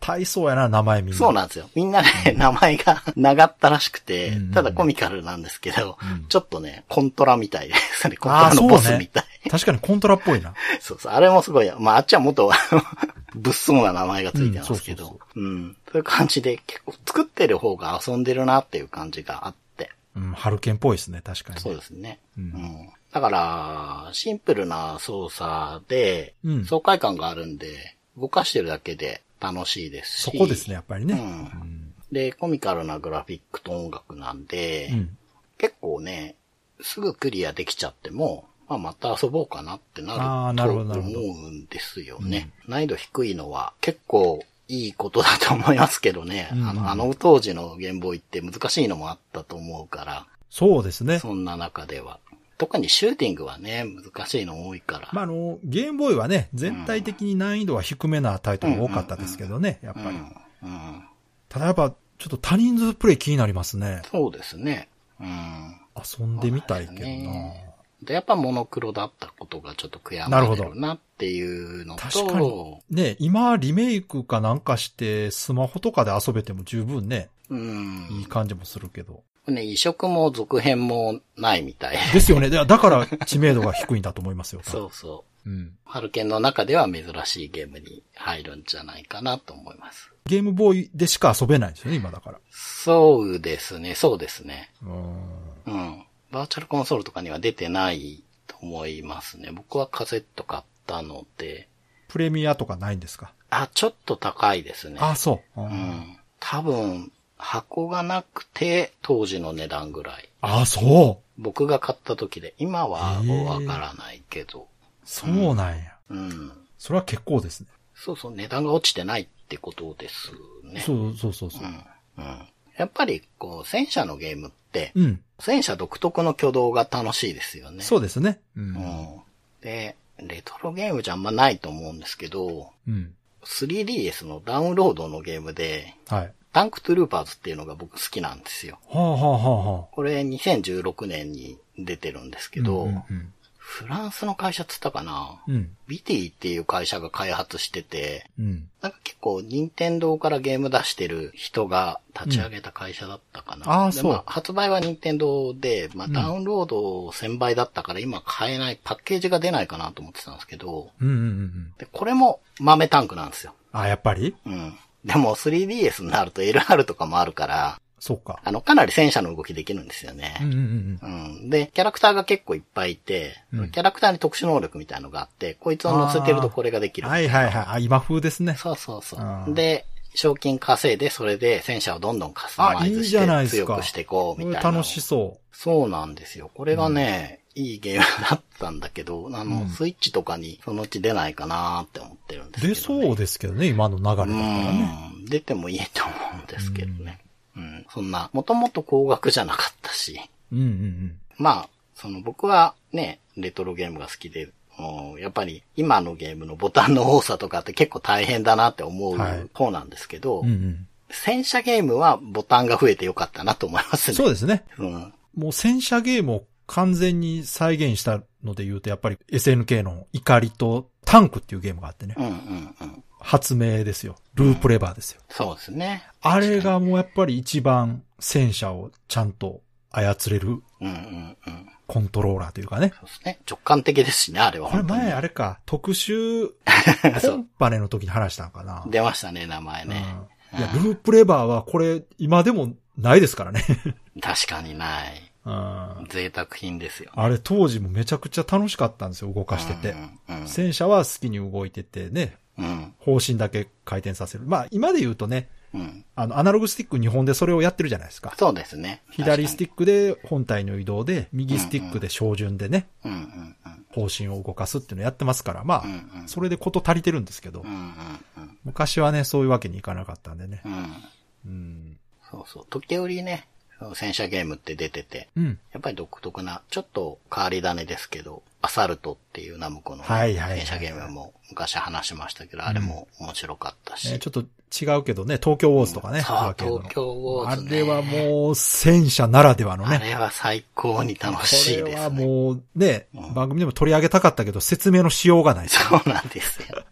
Speaker 2: 体操やな、名前みんな。
Speaker 3: そうなんですよ。みんなね、名前が 長ったらしくて
Speaker 2: うん、
Speaker 3: ただコミカルなんですけど
Speaker 2: うん、
Speaker 3: ちょっとね、コントラみたいですね。コント
Speaker 2: あ
Speaker 3: ラ
Speaker 2: あ、そ
Speaker 3: の
Speaker 2: う
Speaker 3: ボスみたい。
Speaker 2: ね。確かにコントラっぽいな。
Speaker 3: そうそう。あれもすごい、まあ、あっちは元 物騒な名前がついてますけ
Speaker 2: うんそう
Speaker 3: ど、うん。そういう感じで、結構作ってる方が遊んでるなっていう感じがあって、
Speaker 2: うん、ハルケンっぽいですね、確かに。
Speaker 3: そうですね。
Speaker 2: う
Speaker 3: うんん。だから、シンプルな操作で
Speaker 2: うん、
Speaker 3: 爽快感があるんで、動かしてるだけで楽しいですし。
Speaker 2: そこですね、やっぱりね。
Speaker 3: うんで、コミカルなグラフィックと音楽なんで、
Speaker 2: うん。
Speaker 3: 結構ね、すぐクリアできちゃっても、まあ、また遊ぼうかなって
Speaker 2: あ
Speaker 3: な
Speaker 2: ー
Speaker 3: る
Speaker 2: な
Speaker 3: と
Speaker 2: るほどなる
Speaker 3: 思
Speaker 2: ほど
Speaker 3: うんですよね。難易度低いのは結構いいことだと思いますけどね。
Speaker 2: うん
Speaker 3: あのあの当時のゲームボーイって難しいのもあったと思うか
Speaker 2: そうですね
Speaker 3: ら、。そんな中では。特にシューティングはね、難しいの多いから。
Speaker 2: まあ、あの、ゲームボーイはね、全体的に難易度は低めなタイトルが多かったですけどね、やっぱり。
Speaker 3: うん、うん。
Speaker 2: ただやっぱ、ちょっと他人数プレイ気になりますね。
Speaker 3: そうですね。うん。
Speaker 2: 遊んでみたいけどな。
Speaker 3: で、やっぱモノクロだったことがちょっと悔やまれるなっていうのと、
Speaker 2: 確かに。ね、今リメイクかなんかして、スマホとかで遊べても十分ね、
Speaker 3: うん。
Speaker 2: いい感じもするけど。
Speaker 3: ね、移植も続編もないみたい。
Speaker 2: ですよね。だだから知名度が低いんだと思いますよ。多分。
Speaker 3: そうそう
Speaker 2: うん。
Speaker 3: う。ハルケンの中では珍しいゲームに入るんじゃないかなと思います。
Speaker 2: ゲームボーイでしか遊べないんですよね、今だから。
Speaker 3: そうですね、そうですね。
Speaker 2: うん。
Speaker 3: うん。バーチャルコンソールとかには出てないと思いますね。僕はカセット買ったので、
Speaker 2: プレミアとかないんですか
Speaker 3: あ、ちょっと高いですね。
Speaker 2: あ、そう。う、
Speaker 3: うんん。多分、箱がなくて、当時の値段ぐらい。
Speaker 2: あ、そう。
Speaker 3: 僕が買った時で、今は
Speaker 2: へー
Speaker 3: わからないけど。
Speaker 2: そうなんや。
Speaker 3: うん。
Speaker 2: それは結構ですね。
Speaker 3: そうそう、値段が落ちてないってことですね。
Speaker 2: そうそうそうそう
Speaker 3: う。ん。うん。やっぱり、こう、戦車のゲームって、
Speaker 2: うん。
Speaker 3: 戦車独特の挙動が楽しいですよね。
Speaker 2: そうですね。うん
Speaker 3: う。ん。で、レトロゲームじゃあんまないと思うんですけど、
Speaker 2: うん。
Speaker 3: 3DS のダウンロードのゲームで、
Speaker 2: はい。は
Speaker 3: タンクトゥルーパーズっていうのが僕好きなんですよ。
Speaker 2: あ、はあはあはあ。
Speaker 3: これ2016年に出てるんですけど、
Speaker 2: うんうん
Speaker 3: フランスの会社っつったかな
Speaker 2: うん。うん。
Speaker 3: ビティっていう会社が開発してて、
Speaker 2: うん。
Speaker 3: なんか結構任天堂からゲーム出してる人が立ち上げた会社だったかな。
Speaker 2: うんあー
Speaker 3: で
Speaker 2: そう
Speaker 3: まあ、発売は任天堂で、まあ、
Speaker 2: うん
Speaker 3: ダウンロード1000倍だったから今買えない、パッケージが出ないかなと思ってたんですけど、
Speaker 2: うんうんうんうん。
Speaker 3: でこれも豆タンクなんですよ。
Speaker 2: あ、やっぱり
Speaker 3: うん。でも 3DS になると LR とかもあるから、
Speaker 2: そうか。
Speaker 3: あの、かなり戦車の動きできるんですよね。
Speaker 2: うんうんうん。
Speaker 3: うん。で、キャラクターが結構いっぱいいて、
Speaker 2: うん
Speaker 3: キャラクターに特殊能力みたいのがあって、こいつを乗せてるとこれができる。
Speaker 2: はいはいはい。あ、今風ですね。
Speaker 3: そうそうそ
Speaker 2: あ
Speaker 3: う。
Speaker 2: ー
Speaker 3: で、賞金稼いで、それで戦車をどんどんカスタマ
Speaker 2: あ、
Speaker 3: イ
Speaker 2: いい
Speaker 3: ズし
Speaker 2: じゃない
Speaker 3: て
Speaker 2: です
Speaker 3: 強
Speaker 2: か。
Speaker 3: くしていこうみたい
Speaker 2: こ
Speaker 3: な。
Speaker 2: れ楽しそ
Speaker 3: そうなんですよ。これがね、いいゲームだったんだけど、あ
Speaker 2: う
Speaker 3: の、
Speaker 2: ん
Speaker 3: スイッチとかにそのうち出ないかなって思ってるんです
Speaker 2: う。
Speaker 3: けど、ね。
Speaker 2: 出そうですけどね、今の流れだったらね。
Speaker 3: うん。出てもいいと思うんですけどね。うん。そんな、もともと高額じゃなかったし、
Speaker 2: うんうんうん。
Speaker 3: まあ、その僕はね、レトロゲームが好きで、うんやっぱり今のゲームのボタンの多さとかって結構大変だなって思う
Speaker 2: はい
Speaker 3: 方なんですけど、
Speaker 2: うんうん。
Speaker 3: 戦車ゲームはボタンが増えてよかったなと思いますね。
Speaker 2: そうですね。
Speaker 3: うん。
Speaker 2: もう戦車ゲームを完全に再現したので言うと、やっぱり SNK の怒りとタンクっていうゲームがあってね
Speaker 3: う。んうんうん。
Speaker 2: 発明ですよ。ループレバーですよ。
Speaker 3: そうですね。
Speaker 2: あれがもうやっぱり一番戦車をちゃんと操れる
Speaker 3: うんうんうん。
Speaker 2: コントローラーというかね。
Speaker 3: そうですね。直感的ですしね、あれは
Speaker 2: これ
Speaker 3: 本当に。
Speaker 2: 前あれか、特集
Speaker 3: そ
Speaker 2: コ
Speaker 3: う
Speaker 2: ンパネの時に話したんかな。
Speaker 3: 出ましたね、名前ね。
Speaker 2: うんいや、ループレバーはこれ今でもないですからね。
Speaker 3: 確かにない。
Speaker 2: うんあ
Speaker 3: 贅沢品ですよ。
Speaker 2: れ当時もめちゃくちゃ楽しかったんですよ、動かしてて
Speaker 3: う。んうん
Speaker 2: 戦車は好きに動いててね、
Speaker 3: うん。うん
Speaker 2: 方針だけ回転させる。まあ今で言うとね、
Speaker 3: うん。
Speaker 2: あの、アナログスティック2本でそれをやってるじゃないですか。
Speaker 3: そうですね。
Speaker 2: 左ス
Speaker 3: ィ
Speaker 2: ティックで本体の移動で、右スティックで照準でね、
Speaker 3: うんうんうん。
Speaker 2: 方針を動かすっていうのをやってますから、ま
Speaker 3: うんう
Speaker 2: あ、
Speaker 3: ん
Speaker 2: それでこと足りてるんですけど
Speaker 3: う、んうんうん。
Speaker 2: 昔はね、そういうわけにいかなかったんでね
Speaker 3: う。ん。
Speaker 2: うん。
Speaker 3: そうそう。時折ね、その戦車ゲームって出てて、
Speaker 2: うん。
Speaker 3: やっぱり独特な、ちょっと変わり種ですけど、アサルトっていうナムコのね、
Speaker 2: はいはいはい
Speaker 3: 戦車ゲームも昔話しましたけど、あれも面白かったし。
Speaker 2: ねちょっと違うけどね、東京ウォーズとかね、
Speaker 3: そう
Speaker 2: アーケードの
Speaker 3: 東京ウォーズね
Speaker 2: あれはもう、戦車ならではの
Speaker 3: あ
Speaker 2: ね。
Speaker 3: れは最高に楽しいです、
Speaker 2: こ
Speaker 3: ね。
Speaker 2: れはもう、ね
Speaker 3: うん、
Speaker 2: 番組でも取り上げたかったけど、説明のしようがない。
Speaker 3: そうなんです よ。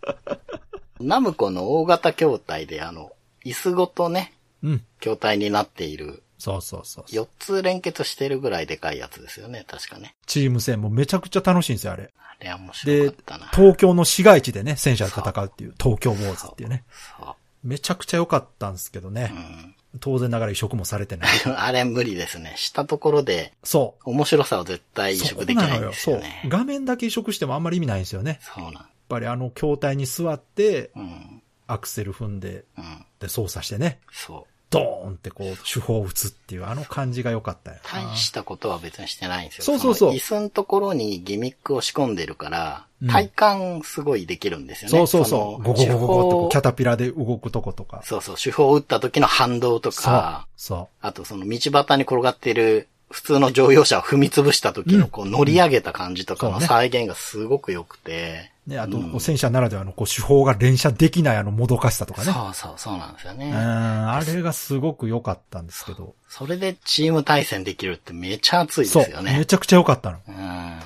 Speaker 3: ナムコの大型筐体で、あの、椅子ごとね、
Speaker 2: うん。
Speaker 3: 筐体になっている、
Speaker 2: そうそうそう。
Speaker 3: 4つ連結してるぐらいでかいやつですよね、確かね。
Speaker 2: チーム戦もめちゃくちゃ楽しいんですよ、あれ。
Speaker 3: あれは面白
Speaker 2: で
Speaker 3: かったな。、
Speaker 2: 東京の市街地でね、戦車で戦うっていう、東京ウォーズっていうね。
Speaker 3: そ
Speaker 2: めちゃくちゃ良かったんですけどね
Speaker 3: う。う。ん。
Speaker 2: 当然ながら移植もされてない。
Speaker 3: あれ無理ですね。したところで、
Speaker 2: そう。
Speaker 3: 面白さを絶対移植できないんです
Speaker 2: そう
Speaker 3: よ
Speaker 2: なのよ
Speaker 3: ね
Speaker 2: そう。。画面だけ移植してもあんまり意味ないんですよね。やっ
Speaker 3: そうなん。
Speaker 2: ぱりあの筐体に座って、
Speaker 3: うん。
Speaker 2: アクセル踏んで、
Speaker 3: うん。
Speaker 2: で操作してね、
Speaker 3: そう。
Speaker 2: ドーンってこう、手法を打つっていう、あの感じが良かったよな。
Speaker 3: 大したことは別にしてないんですよ。
Speaker 2: そうそうそう
Speaker 3: の椅子のところにギミックを仕込んでるから
Speaker 2: うん、
Speaker 3: 体感すごいできるんですよね。
Speaker 2: そうそうそう。ゴ
Speaker 3: の
Speaker 2: ゴゴゴゴってこう、キ
Speaker 3: 手
Speaker 2: ャ
Speaker 3: 法
Speaker 2: タピラで動くとことか。
Speaker 3: そうそう、手法を打った時の反動と
Speaker 2: そう
Speaker 3: か、。
Speaker 2: そ
Speaker 3: あとその道端に転がってる普通の乗用車を踏み潰した時のこう乗り上げた感じとか
Speaker 2: そ
Speaker 3: の
Speaker 2: うね
Speaker 3: 再現がすごく良くて、
Speaker 2: う。ね、あと、
Speaker 3: うん
Speaker 2: こう戦車ならではの、こう、手法が連射できないあの、もどかしさとかね。
Speaker 3: そうそう、そうなんですよ
Speaker 2: う
Speaker 3: ね。
Speaker 2: ん、あれがすごく良かったんですけど。
Speaker 3: それでチーム対戦できるってめちゃ熱いで
Speaker 2: そう。
Speaker 3: すよね
Speaker 2: め。ちゃくちゃ良かったの。
Speaker 3: うん。
Speaker 2: うん。
Speaker 3: れ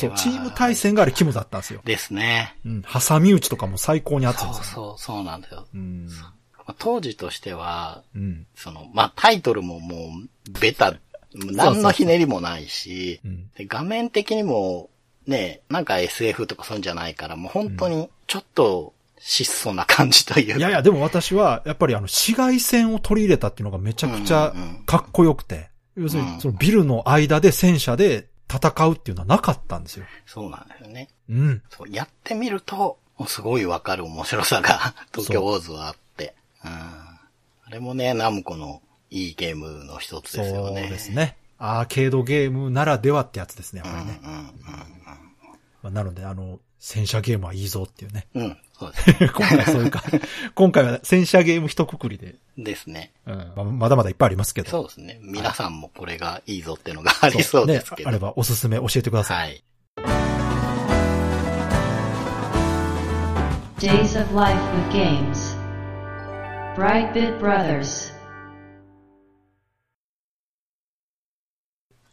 Speaker 2: そう、
Speaker 3: は
Speaker 2: チーム対戦があれ肝だったんですよ。
Speaker 3: ですね。
Speaker 2: うん。挟み撃ちとかも最高に熱い
Speaker 3: そ
Speaker 2: ん
Speaker 3: う
Speaker 2: ですよ。
Speaker 3: そう、そうなんですよ。
Speaker 2: うん。
Speaker 3: まあ当時としては、
Speaker 2: うん。
Speaker 3: その、まあ、タイトルももう、ベタ、何のひねりもないし
Speaker 2: う、ん。
Speaker 3: で画面的にも、ね、なんか SF とかそういうんじゃないから、もう本当に、ちょっと質素な感じというか。
Speaker 2: いやいや、でも私は、やっぱりあの、紫外線を取り入れたっていうのがめちゃくちゃ
Speaker 3: うんうん
Speaker 2: かっこよくて、要するに、そのビルの間で戦車で戦うっていうのはなかったんですよ。
Speaker 3: そうなんですよね。
Speaker 2: うん。
Speaker 3: そうやってみると、もうすごいわかる面白さが 東京オーズはあって。うん。あれもね、ナムコのいいゲームの一つ
Speaker 2: そう
Speaker 3: ですよね。
Speaker 2: です。ね。アーケードゲームならではってやつですね、や
Speaker 3: う
Speaker 2: っぱ
Speaker 3: ん
Speaker 2: りね。
Speaker 3: う
Speaker 2: まあなので、あの、戦車ゲームはいいぞっていうね。
Speaker 3: んうん。うん、そうですね。
Speaker 2: 今回はそういうか、 今回は戦車ゲーム一括りで、
Speaker 3: ですね。
Speaker 2: うんまあまだまだいっぱいありますけど。
Speaker 3: そうですね。皆さんもこれがいいぞってのがありそうです
Speaker 2: ね
Speaker 3: けど。
Speaker 2: あればおすすめ教えてください。
Speaker 3: はい。
Speaker 1: Days of Life with Games. Brightbit Brothers.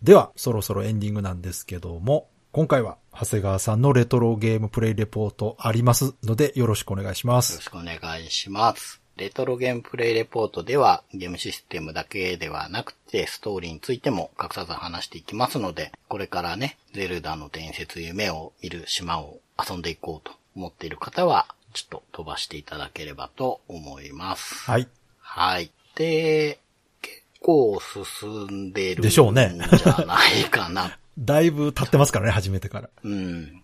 Speaker 2: では、そろそろエンディングなんですけども、今回は長谷川さんのレトロゲームプレイレポートありますので、よろしくお願いしま
Speaker 3: よろ
Speaker 2: す。
Speaker 3: しくお願いします。レトロゲームプレイレポートではゲームシステムだけではなくてストーリーについても隠さず話していきますので、これからね、ゼルダの伝説夢を見る島を遊んでいこうと思っている方は、ちょっと飛ばしていただければと思います。
Speaker 2: はい。
Speaker 3: はい。で、結構進んでるん
Speaker 2: で
Speaker 3: じ
Speaker 2: しょうね
Speaker 3: ゃないかな。
Speaker 2: だいぶ経ってますからね、始めてから。
Speaker 3: うん。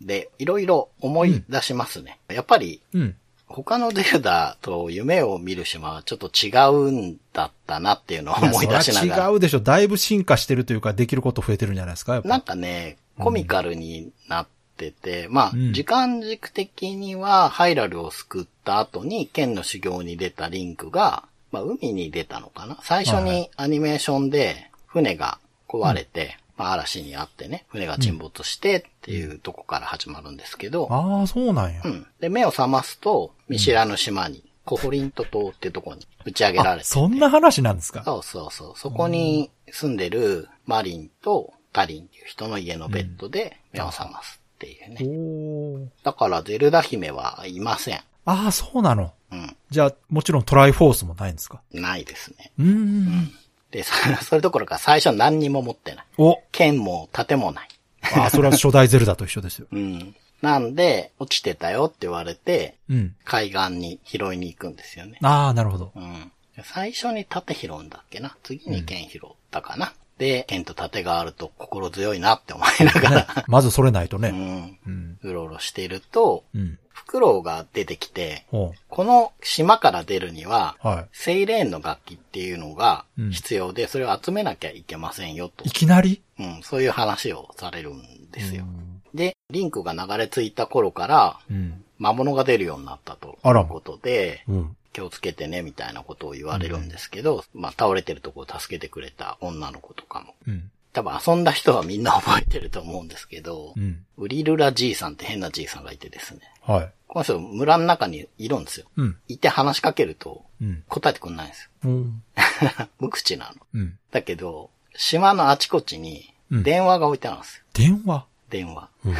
Speaker 3: で、いろいろ思い出しますね。やっぱり
Speaker 2: うん。
Speaker 3: 他のゼルダと夢を見る島はちょっと違うんだったなっていうのを思い出しなが
Speaker 2: やそりゃ
Speaker 3: ら。
Speaker 2: 違うでしょ。だいぶ進化してるというか、できること増えてるんじゃないですか、やっぱ
Speaker 3: なんかね、コミカルになってて、まあ、
Speaker 2: うん
Speaker 3: 時間軸的にはハイラルを救った後に剣の修行に出たリンクが、まあ、海に出たのかな最初
Speaker 2: はいは
Speaker 3: にアニメーションで船が壊れて、まあ、嵐にあってね、船が沈没してっていうとこから始まるんですけど、
Speaker 2: ああ、そうなんや。
Speaker 3: うん。で、目を覚ますと、見知らぬ島に、コホリント島ってとこに打ち上げられ
Speaker 2: あ
Speaker 3: て。
Speaker 2: そんな話なんですか
Speaker 3: そうそうそう。そこに住んでるマリンとタリンっていう人の家のベッドで目を覚ますっていうね。
Speaker 2: おー
Speaker 3: だからゼルダ姫はいません。
Speaker 2: ああ、そうなの。
Speaker 3: うん。
Speaker 2: じゃあ、もちろんトライフォースもないんですか
Speaker 3: ないですね。
Speaker 2: うーん。
Speaker 3: で、そ それどころか最初何にも持ってない。
Speaker 2: お
Speaker 3: 剣も盾もない。
Speaker 2: ああ、それは初代ゼルダと一緒ですよ。
Speaker 3: うん。なんで、落ちてたよって言われて、
Speaker 2: うん。
Speaker 3: 海岸に拾いに行くんですよね。
Speaker 2: ああ、なるほど。
Speaker 3: うん。最初に盾拾うんだっけな。次に剣拾ったかな。で、剣と盾があると心強いなって思いなが
Speaker 2: ね
Speaker 3: ら、、
Speaker 2: まずそれないと
Speaker 3: う
Speaker 2: ね。
Speaker 3: ん。
Speaker 2: うん。
Speaker 3: うろうろしていると、
Speaker 2: うん。
Speaker 3: フクロウが出てきて、
Speaker 2: ほ
Speaker 3: この島から出るには、
Speaker 2: う。は
Speaker 3: セイレーンの楽器っていうのが
Speaker 2: うん
Speaker 3: 必要で、それを集めなきゃいけませんよと
Speaker 2: い。い、きなり
Speaker 3: うん、そういう話をされるんですよ
Speaker 2: う。ん
Speaker 3: で、リンクが流れ着いた頃から、
Speaker 2: うん。
Speaker 3: 魔物が出るようになったと。
Speaker 2: あら
Speaker 3: いうことで、
Speaker 2: うん。
Speaker 3: 気をつけてね、みたいなことを言われるんですけど、まあ、倒れてるとこを助けてくれた女の子とかも。
Speaker 2: うん。
Speaker 3: 多分遊んだ人はみんな覚えてると思うんですけど、
Speaker 2: うん。
Speaker 3: ウリルラじいさんって変なじいさんがいてですね。
Speaker 2: はい。
Speaker 3: この人、村の中にいるんですよ。
Speaker 2: うん。
Speaker 3: いて話しかけると、
Speaker 2: うん。
Speaker 3: 答えてくんないんです
Speaker 2: うん。
Speaker 3: よ。 無口なの。
Speaker 2: うん。
Speaker 3: だけど、島のあちこちに、
Speaker 2: うん
Speaker 3: 電話が置いてあるんですよ。
Speaker 2: 電話
Speaker 3: 電話。
Speaker 2: うん。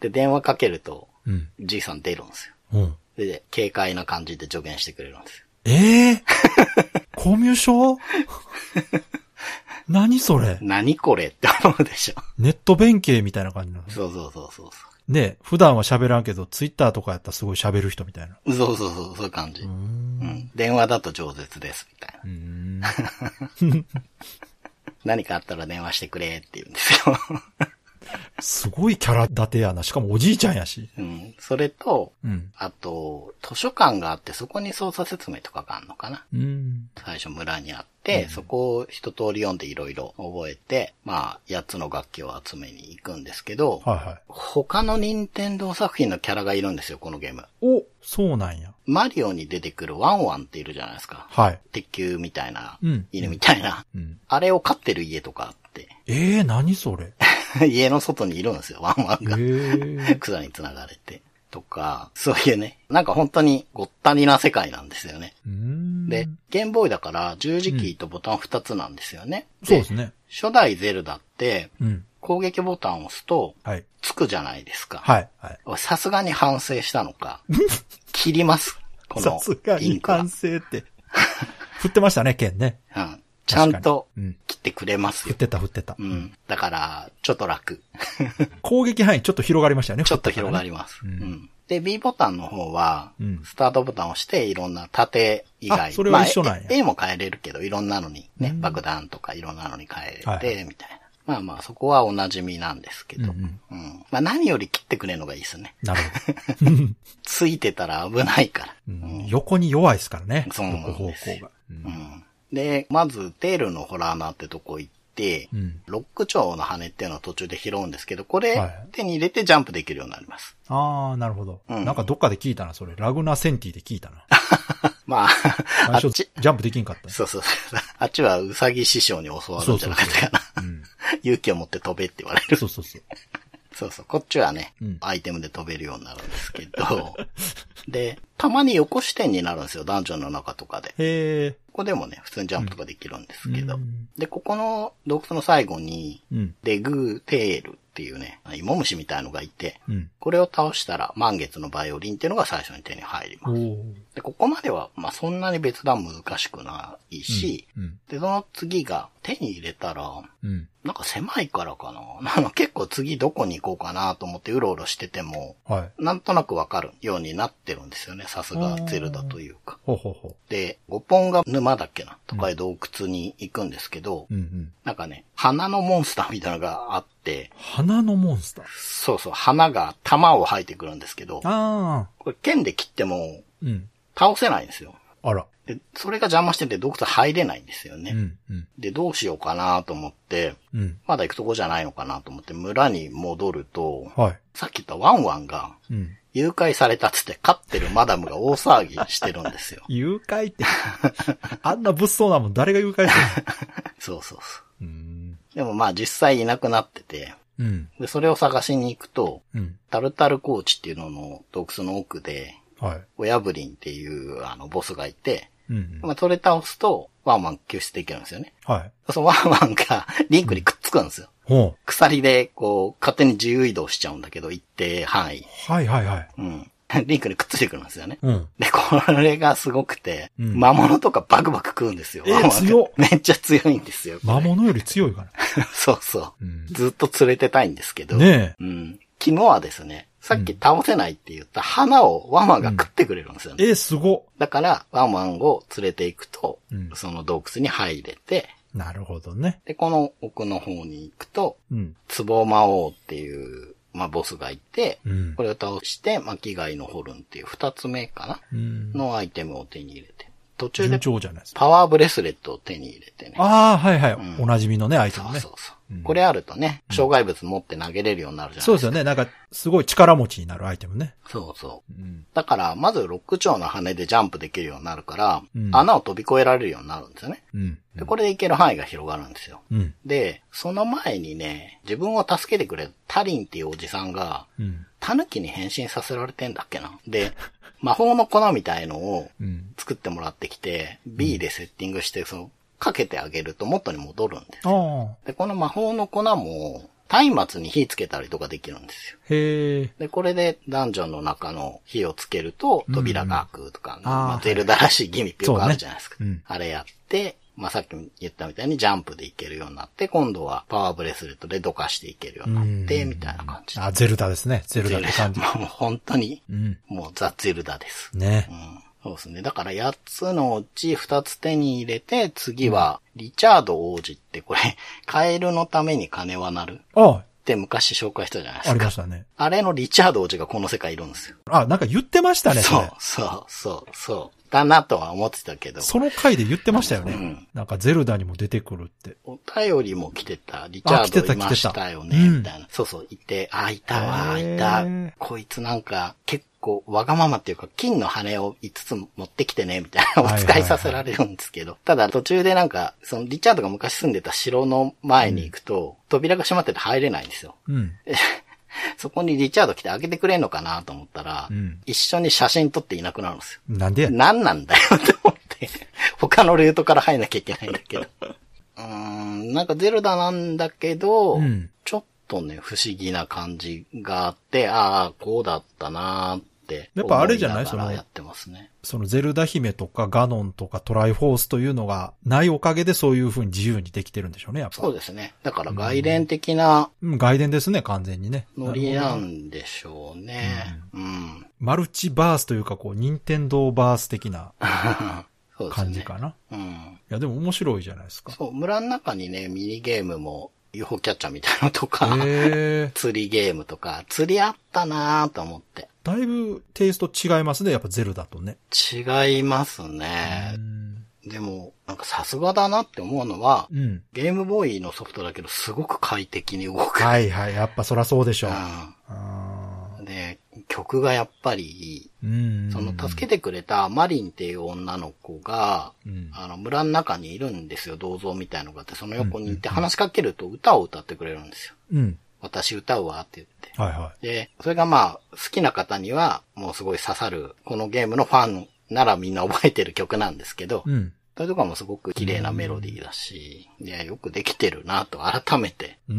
Speaker 3: で、電話かけると、
Speaker 2: うん。
Speaker 3: じいさん出るんですよ。
Speaker 2: うん。
Speaker 3: で、軽快な感じで助言してくれるんですよ。
Speaker 2: え えー、コミュ障 何それ
Speaker 3: 何これって思うでしょ。
Speaker 2: ネット弁慶みたいな感じなの
Speaker 3: そうそうそうそうそう。
Speaker 2: ね普段は喋らんけど、ツイッターとかやったらすごい喋る人みたいな。
Speaker 3: そうそうそう、そういう感じ。う
Speaker 2: うー
Speaker 3: ん。
Speaker 2: ん。
Speaker 3: 電話だと饒舌です、みたいうな。
Speaker 2: ーん。
Speaker 3: 何かあったら電話してくれって言うんですよ。
Speaker 2: すごいキャラ立てやな。しかもおじいちゃんやし。
Speaker 3: うん。それと、
Speaker 2: うん。
Speaker 3: あと、図書館があって、そこに操作説明とかがあるのかな。
Speaker 2: うん。
Speaker 3: 最初村にあって、そこを一通り読んでいろいろ覚えて、まあ、8つの楽器を集めに行くんですけど、
Speaker 2: はいはい。
Speaker 3: 他の任天堂作品のキャラがいるんですよ、このゲーム。
Speaker 2: おそうなんや。
Speaker 3: マリオに出てくるワンワンっているじゃないですか。
Speaker 2: はい。
Speaker 3: 鉄球みたいな、
Speaker 2: うん
Speaker 3: 犬みたいな。
Speaker 2: うん。
Speaker 3: あれを飼ってる家とかあって。
Speaker 2: ええー、何そ れ。
Speaker 3: 家の外にいるんですよ、ワンワン
Speaker 2: ええ
Speaker 3: が。
Speaker 2: ー。
Speaker 3: 草に繋がれて。とか、そういうね、なんか本当にごったにな世界なんですよね。
Speaker 2: うーん。
Speaker 3: で、ゲームボーイだから十字キーとボタン2つなんですよね。
Speaker 2: そうですね。
Speaker 3: 初代ゼルダって
Speaker 2: うん。
Speaker 3: 攻撃ボタンを押すと
Speaker 2: はい。
Speaker 3: つくじゃないですか。
Speaker 2: はい。はい。
Speaker 3: さすがに反省した のか、切ります。こ
Speaker 2: さ
Speaker 3: の
Speaker 2: すが
Speaker 3: イ
Speaker 2: に
Speaker 3: ンク は
Speaker 2: 完成って。振ってましたね、剣ね。
Speaker 3: うん。ちゃんと
Speaker 2: うん。
Speaker 3: 切ってくれます
Speaker 2: 振っ
Speaker 3: よ。
Speaker 2: てた振ってた
Speaker 3: う。ん。だから、ちょっと楽。
Speaker 2: 攻撃範囲ちょっと広がりましたよね。
Speaker 3: ちょっと広が
Speaker 2: り。
Speaker 3: ります。
Speaker 2: うん
Speaker 3: うんで、B ボタンの方は
Speaker 2: うん、
Speaker 3: スタートボタンを押して、いろんな縦以外。
Speaker 2: あそれは一緒なんや
Speaker 3: まあ絵絵も変えれるけど、いろんなのに、ね
Speaker 2: う、ん
Speaker 3: 爆弾とかいろんなのに変え
Speaker 2: はいは
Speaker 3: て、みたいな。まあまあ、そこはお馴染みなんですけ
Speaker 2: うんう
Speaker 3: ど。
Speaker 2: ん。
Speaker 3: うん。まあ、何より切ってくれるのがいいですね。
Speaker 2: なるほど。
Speaker 3: ついてたら危ないから。
Speaker 2: う
Speaker 3: うん
Speaker 2: ん横に弱いですからね。
Speaker 3: そうなん
Speaker 2: 横方
Speaker 3: ですよ
Speaker 2: 向が。うん
Speaker 3: うんで、まず、テールのホラー穴ってとこ行って、
Speaker 2: うん
Speaker 3: ロック蝶の羽っていうのを途中で拾うんですけど、これ、
Speaker 2: はい
Speaker 3: 手に入れてジャンプできるようになります。
Speaker 2: ああ、なるほど。
Speaker 3: うん
Speaker 2: なんかどっかで聞いたな、それ。ラグナセンティで聞いた な。
Speaker 3: まあ、
Speaker 2: 最
Speaker 3: あっ
Speaker 2: 初、ジ
Speaker 3: ち、
Speaker 2: ャンプできんかった。
Speaker 3: そう そうそう。あっちはウサギ師匠に教わるんじゃなかったかな。
Speaker 2: うん。
Speaker 3: 勇気を持って飛べって言われる。
Speaker 2: そうそうそう。
Speaker 3: そうそう。こっちはね、
Speaker 2: うん
Speaker 3: アイテムで飛べるようになるんですけ ど。で、たまに横視点になるんですよ。ダンジョンの中とかで。
Speaker 2: へえ。
Speaker 3: ここでもね、普通にジャンプとかできるんですけど。
Speaker 2: うん
Speaker 3: で、ここの洞窟の最後に、
Speaker 2: うん。
Speaker 3: デグーテールっていうね、芋虫みたいのがいて、
Speaker 2: うん。
Speaker 3: これを倒したら満月のバイオリンっていうのが最初に手に入り
Speaker 2: お
Speaker 3: ます。
Speaker 2: ー
Speaker 3: で、ここまでは、まあ、そんなに別段難しくないし、
Speaker 2: うん。
Speaker 3: で、その次が手に入れたら、
Speaker 2: うん。
Speaker 3: なんか狭いからかな。 あの結構次どこに行こうかなと思ってうろうろしてても、
Speaker 2: はい。
Speaker 3: なんとなくわかるようになってるんですよね。さすがゼルダというか。
Speaker 2: ほうほうほ
Speaker 3: で、五本が沼だっけな。とかいう洞窟に行くんですけど、
Speaker 2: う。うんうん。
Speaker 3: なんかね、花のモンスターみたいなのがあって、
Speaker 2: 花のモンスター。
Speaker 3: そうそう、花が玉を吐いてくるんですけど、
Speaker 2: ああ。
Speaker 3: これ剣で切っても
Speaker 2: うん。
Speaker 3: 倒せないんですよ。
Speaker 2: あら。
Speaker 3: で、それが邪魔してて洞窟入れないんですよね。
Speaker 2: うん。うん。
Speaker 3: で、どうしようかなと思って、
Speaker 2: うん。
Speaker 3: まだ行くとこじゃないのかなと思って村に戻ると、
Speaker 2: はい。
Speaker 3: さっき言ったワンワンが
Speaker 2: うん。。
Speaker 3: 誘拐されたっつって勝ってるマダムが大騒ぎしてるんですよ
Speaker 2: 誘拐って。あんな物騒なもん誰が誘拐してる
Speaker 3: そうそうそ
Speaker 2: うん。
Speaker 3: う。でもまあ実際いなくなってて、
Speaker 2: うん。
Speaker 3: で、それを探しに行くと、
Speaker 2: うん。
Speaker 3: タルタルコーチっていうのの洞窟の奥で、
Speaker 2: はい。
Speaker 3: 親ブリンっていうあのボスがいて、
Speaker 2: うんうん。
Speaker 3: まあ、それ倒すとワンワン救出できるんですよね。
Speaker 2: はい。
Speaker 3: そのワンワンがリンクにくっつくんですよ。
Speaker 2: ほう。
Speaker 3: 鎖でこう勝手に自由移動しちゃうんだけど一定範囲。
Speaker 2: はいはいはい。
Speaker 3: うん。リンクにくっついてくるんですよね。
Speaker 2: うん。
Speaker 3: で、これがすごくて、
Speaker 2: うん
Speaker 3: 魔物とかバクバク食うんですよ。
Speaker 2: えー
Speaker 3: ワンワンが
Speaker 2: 強っ
Speaker 3: めっちゃ強いんですよ。これ
Speaker 2: 魔物より強いから。
Speaker 3: そうそうう。
Speaker 2: ん。
Speaker 3: ずっと連れてたいんですけど。
Speaker 2: ね
Speaker 3: うん。昨日はですね、さっき倒せないって言った花をワンワンが食ってくれるんですよね。
Speaker 2: え。え、すご。
Speaker 3: だから、ワンワンを連れて行くと、
Speaker 2: うん
Speaker 3: その洞窟に入れて、
Speaker 2: なるほどね。
Speaker 3: で、この奥の方に行くと、
Speaker 2: うん。
Speaker 3: ツボ魔王っていう、まあ、ボスがいて、
Speaker 2: うん
Speaker 3: こ。れを倒して、巻貝のホルンっていう二つ目か
Speaker 2: うん
Speaker 3: な。のアイテムを手に入れて、途中
Speaker 2: 順
Speaker 3: で
Speaker 2: 調じゃないですか。
Speaker 3: パワーブレスレットを手に入れてね。
Speaker 2: ああ、はいはい。
Speaker 3: うん
Speaker 2: おなじみのね、アイテ
Speaker 3: そ
Speaker 2: ム
Speaker 3: う
Speaker 2: ね。
Speaker 3: そうそう。
Speaker 2: うん
Speaker 3: これあるとね、障害物持って投げれるようになるじゃない
Speaker 2: そう
Speaker 3: で
Speaker 2: ですす
Speaker 3: か。
Speaker 2: よね。なんか、すごい力持ちになるアイテムね。
Speaker 3: そうそうそう。
Speaker 2: うん。
Speaker 3: だから、まずロック蝶の羽でジャンプできるようになるから、
Speaker 2: うん
Speaker 3: 穴を飛び越えられるようになるんですよね。
Speaker 2: うん。
Speaker 3: でこれで行ける範囲が広がるんですよ。
Speaker 2: うん。
Speaker 3: で、その前にね、自分を助けてくれるタリンっていうおじさんが、
Speaker 2: うん。
Speaker 3: タヌキに変身させられてんだっけな。 で、魔法の粉みたいのを
Speaker 2: うん。
Speaker 3: 作ってもらってきて、B でセッティングして、その、かけてあげると元に戻るんです
Speaker 2: ああ。
Speaker 3: で、この魔法の粉も、松明に火つけたりとかできるんですよ。
Speaker 2: へえ。
Speaker 3: で、これでダンジョンの中の火をつけると
Speaker 2: うん
Speaker 3: 扉が開くとか、
Speaker 2: あー
Speaker 3: まあ、ゼルダらしいギミックよくあるじゃないですか。
Speaker 2: そうねうん
Speaker 3: あれやって、まあ、さっきも言ったみたいにジャンプでいけるようになって、今度はパワーブレスレットでどかしていけるようになって、みたいな感じ。
Speaker 2: あ、ゼルダですね。ゼルダって感じ
Speaker 3: ゼ。 ルダもう本当に、
Speaker 2: うん。
Speaker 3: もうザ・ゼルダです。
Speaker 2: ね
Speaker 3: う。ん。そうですね。だから8つのうち2つ手に入れて、次は、リチャード王子ってこれ、 カエルのために金はなる。
Speaker 2: あ
Speaker 3: って昔紹介したじゃないで
Speaker 2: あ、あ
Speaker 3: す
Speaker 2: り
Speaker 3: か。
Speaker 2: ま
Speaker 3: あ
Speaker 2: したね。
Speaker 3: れのリチャード王子がこの世界いるんですよ。
Speaker 2: あ、なんか言ってましたね、そ
Speaker 3: そ
Speaker 2: れ
Speaker 3: う。、そう、そう、そう。だなとは思ってたけど、
Speaker 2: その回で言ってましたよ
Speaker 3: う
Speaker 2: ね
Speaker 3: ん。
Speaker 2: なんかゼルダにも出てくるって。
Speaker 3: お便りも来てた、リチャ
Speaker 2: あ来て
Speaker 3: ー
Speaker 2: た
Speaker 3: ドいましたよね、
Speaker 2: 来てた
Speaker 3: みたいな。そうそう、いて、あ、いたわ、
Speaker 2: へ
Speaker 3: い
Speaker 2: ー
Speaker 3: た。こいつなんか、結構、わがままっていうか、金の羽を5つ持ってきてね、みたい
Speaker 2: は
Speaker 3: な、
Speaker 2: い
Speaker 3: お
Speaker 2: はい
Speaker 3: 使いさせられるんですけど。ただ、途中でなんか、その、リチャードが昔住んでた城の前に行くと、扉が閉まってて入れないんですよ。
Speaker 2: うん。
Speaker 3: そこにリチャード来て開けてくれんのかなと思ったら、
Speaker 2: うん
Speaker 3: 一緒に写真撮っていなくなるんです
Speaker 2: なんでや
Speaker 3: よ。何なんだよと思って、他のルートから入んなきゃいけないんだ けど。うーん、なんかゼルダなんだけど、
Speaker 2: うん
Speaker 3: ちょっとね、不思議な感じがあって、ああ、こうだったなーっって。
Speaker 2: やっぱあれじゃない
Speaker 3: 思がら
Speaker 2: その
Speaker 3: やってますね。
Speaker 2: そのゼルダ姫とかガノンとかトライフォースというのがないおかげでそういう風に自由にできてるんでしょうね、やっぱ。
Speaker 3: そうですね。だから外伝的な
Speaker 2: うん、外伝ですね、完全にね。
Speaker 3: ノリなんでしょうね。うん。
Speaker 2: マルチバースというか、こう、ニンテンドーバース的な
Speaker 3: そうですね。
Speaker 2: 感じかな。
Speaker 3: うん。
Speaker 2: いや、でも面白いじゃないですか。
Speaker 3: そう、村の中にね、ミニゲームも UFO キャッチャーみたいなのとか、
Speaker 2: へえ
Speaker 3: 釣りゲームとか、釣りあったなぁと思って。
Speaker 2: だいぶテイスト違いますね、やっぱゼルダとね。
Speaker 3: 違いますね。
Speaker 2: うん
Speaker 3: でも、なんかさすがだなって思うのは、
Speaker 2: うん。
Speaker 3: ゲームボーイのソフトだけど、すごく快適に動く。
Speaker 2: はいはい、やっぱそらそうでしょう。
Speaker 3: うんで、曲がやっぱりいい。
Speaker 2: うん。
Speaker 3: その、助けてくれたマリンっていう女の子が、
Speaker 2: うん
Speaker 3: あの、村の中にいるんですよ、銅像みたいのがあって、その横にいて話しかけると歌を歌ってくれるんですよ。
Speaker 2: うん。
Speaker 3: 私歌うわって言って。
Speaker 2: はいは
Speaker 3: で、それがまあ、好きな方には、もうすごい刺さる、このゲームのファンならみんな覚えてる曲なんですけど、
Speaker 2: い。うん。
Speaker 3: それとかもすごく綺麗なメロディーだし、いや、よくできてるなと改めて、
Speaker 2: うん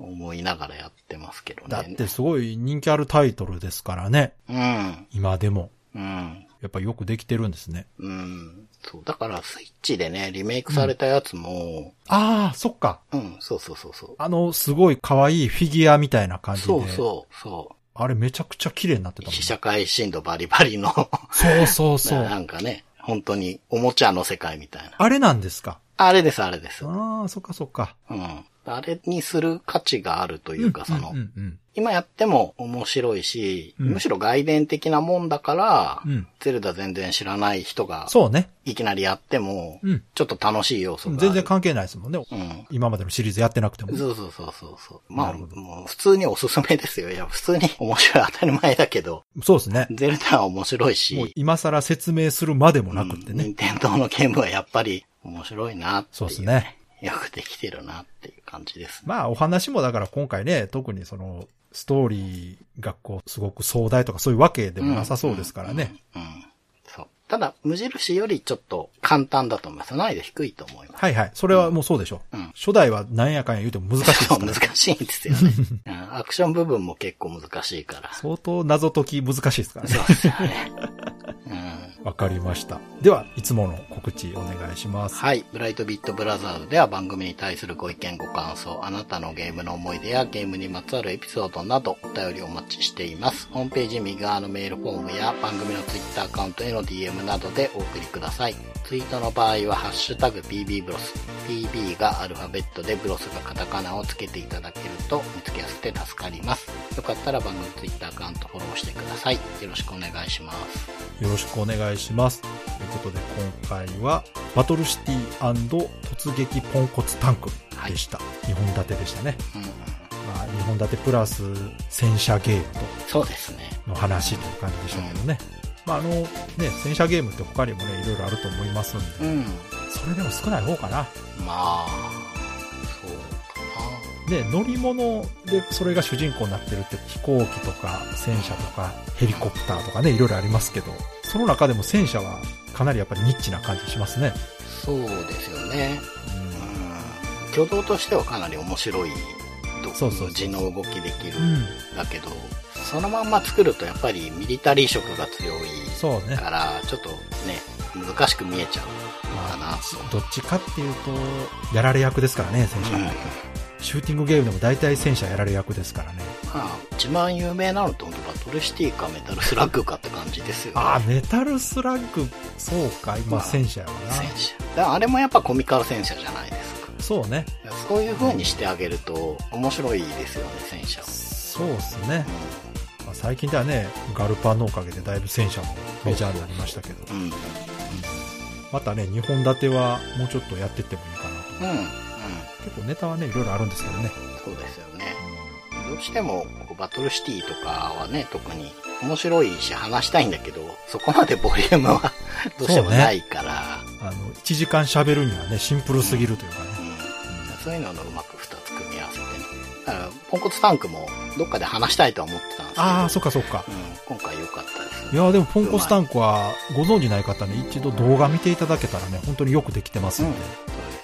Speaker 3: う。ん、思いながらやってますけどね。
Speaker 2: だってすごい人気あるタイトルですからね。
Speaker 3: うん、
Speaker 2: 今でも。
Speaker 3: うん、
Speaker 2: やっぱよくできてるんですね。
Speaker 3: うん。そう、だからスイッチでね、リメイクされたやつも、
Speaker 2: ああ、そっか。
Speaker 3: うん、そうそうそうそう。
Speaker 2: あの、すごい可愛いフィギュアみたいな感じで。
Speaker 3: そうそう、そ
Speaker 2: あれめちゃくちゃ綺麗になって
Speaker 3: う。
Speaker 2: たもん
Speaker 3: 被
Speaker 2: ね。
Speaker 3: 写界深度バリバリの、
Speaker 2: そうそう そ
Speaker 3: なな
Speaker 2: う。
Speaker 3: んかね、本当におもちゃの世界みたいな。
Speaker 2: あれなんですか。
Speaker 3: あれです、あれです。
Speaker 2: ああ、そっかそっか。
Speaker 3: うん。あれにする価値があるというか、その
Speaker 2: う、んうん
Speaker 3: 今やっても面白いし、
Speaker 2: うん
Speaker 3: むしろ外伝的なもんだから、
Speaker 2: うん
Speaker 3: ゼルダ全然知らない人
Speaker 2: う
Speaker 3: が
Speaker 2: ん。、そうね。
Speaker 3: いきなりやっても、
Speaker 2: うん
Speaker 3: ちょっと楽しい要素がある。
Speaker 2: 全然関係ないですもんね。
Speaker 3: うん。
Speaker 2: 今までのシリーズやってなくても。
Speaker 3: そうそうそうそうそう。ま
Speaker 2: な
Speaker 3: あ、
Speaker 2: るほど
Speaker 3: もう普通におすすめですよ。いや、普通に面白い当たり前だけど、
Speaker 2: そうですね。
Speaker 3: ゼルダは面白い
Speaker 2: もう
Speaker 3: し、
Speaker 2: 今更説明するまでもなくってね。
Speaker 3: 任天堂のゲームはやっぱり面白いなっていう。
Speaker 2: そうですね。
Speaker 3: よくできてるなっていう感じですね。
Speaker 2: まあお話もだから今回ね、特にその、ストーリーがこう、すごく壮大とかそういうわけでもなさそうですからね。
Speaker 3: うん。そう。ただ、無印よりちょっと簡単だと思います。難易度低いと思います。
Speaker 2: はいはい。それはもうそうでしょう。
Speaker 3: うん
Speaker 2: 初代はなんやかんや言うても難しいです
Speaker 3: そう、
Speaker 2: から。
Speaker 3: 難しいんですよね。うんアクション部分も結構難しいから。そ
Speaker 2: 相当謎解き難しいですからね。
Speaker 3: うですよね。うん
Speaker 2: わかりました。では、いつもの告知お願いします。
Speaker 3: はい。ブライトビットブラザーズでは番組に対するご意見、ご感想、あなたのゲームの思い出やゲームにまつわるエピソードなどお便りをお待ちしています。ホームページ右側のメールフォームや番組のツイッターアカウントへの DM などでお送りください。ツイートの場合はハッシュタグ BB ブロス。BB がアルファベットでブロスがカタカナをつけていただけると見つけやすくて助かります。よかったら番組ツイッターアカウントフォローしてください。よろしくお願いします。
Speaker 2: よろしくお願いします。ということで、今回は、バトルシティ突撃ポンコツタンクでした。2本立てでしたね。
Speaker 3: うんうん、
Speaker 2: まあ、2本立てプラス戦車ゲーム
Speaker 3: そうですね。
Speaker 2: との話という感じでしたけどね。まあ、あの、ね、戦車ゲームって他にもね、いろいろあると思いますん
Speaker 3: う
Speaker 2: で、
Speaker 3: ん。
Speaker 2: それでも少ない方かな。
Speaker 3: まあ、そう
Speaker 2: ね、乗り物でそれが主人公になってるって飛行機とか戦車とかヘリコプターとかねいろいろありますけどその中でも戦車はかなりやっぱりニッチな感じしますね、
Speaker 3: かな。そうですよね。うん。挙動としてはかなり面白いと。
Speaker 2: そうそうそう
Speaker 3: 地の動きできる
Speaker 2: うん、うん、
Speaker 3: んだけど、そのまんま作るとやっぱりミリタリー色が強い
Speaker 2: そうね
Speaker 3: から、ちょっとね、難しく見えちゃうの
Speaker 2: ま
Speaker 3: かな
Speaker 2: あ、どっちかっていうとやられ役ですからね戦
Speaker 3: と。
Speaker 2: 車、
Speaker 3: うん。ま
Speaker 2: シューティングゲームでも大体戦車やられ役ですからね
Speaker 3: あ、一番有名なのって本当バトルシティかメタルスラッグかって感じですよ、ね。
Speaker 2: ああメタルスラッグそうか今戦車やわ
Speaker 3: 戦
Speaker 2: な
Speaker 3: 車。だからあれもやっぱコミカル戦車じゃないですか。
Speaker 2: そうね
Speaker 3: だからそういう風にしてあげると面白いですよね、戦車は。
Speaker 2: そうっすね、
Speaker 3: うん
Speaker 2: まあ最近ではねガルパンのおかげでだいぶ戦車もメジャーになりましたけど
Speaker 3: うん。うん。うん。
Speaker 2: またね、2本立てはもうちょっとやってってもいいかなと。結構ネタはね、いろいろあるんですけどね。
Speaker 3: そうですよね。どうしても、こうバトルシティとかはね、特に面白いし話したいんだけど、そこまでボリュームは どうしてもないから、
Speaker 2: あの、1時間喋るにはね、シンプルすぎるというかね。
Speaker 3: うん。そういうののうまく2つ組み合わせてね。だから、ポンコツタンクもどっかで話したいとは思ってたんですけど、
Speaker 2: ああ、そっかそっか。
Speaker 3: うん、今回良かったで
Speaker 2: い
Speaker 3: すね。
Speaker 2: やーでも、ポンコツタンクは、ご存じない方ね、一度動画見ていただけたらね、本当によくできてますんで、
Speaker 3: そう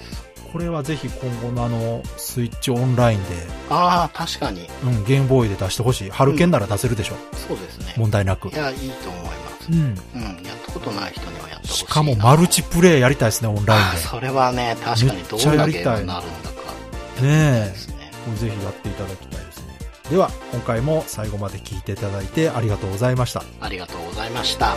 Speaker 3: です。
Speaker 2: これはぜひ今後のあの、スイッチオンラインで、
Speaker 3: ああ、確かに。
Speaker 2: うん、ゲームボーイで出してほしい。ハルケンなら出せるでしょ。
Speaker 3: そうですね。
Speaker 2: 問題なく
Speaker 3: い。や、いいと思います
Speaker 2: う。ん。
Speaker 3: うん。やったことない人にはやってほしい
Speaker 2: し
Speaker 3: な。
Speaker 2: かもマルチプレイやりたいですね、オンライ
Speaker 3: ああ、 それはね、確かにどんなゲームになるんだか。
Speaker 2: ンで。ね
Speaker 3: ですね。
Speaker 2: え。ぜひやっていただきたいですね。では、今回も最後まで聞いていただいてありがとうございました。
Speaker 3: ありがとうございました。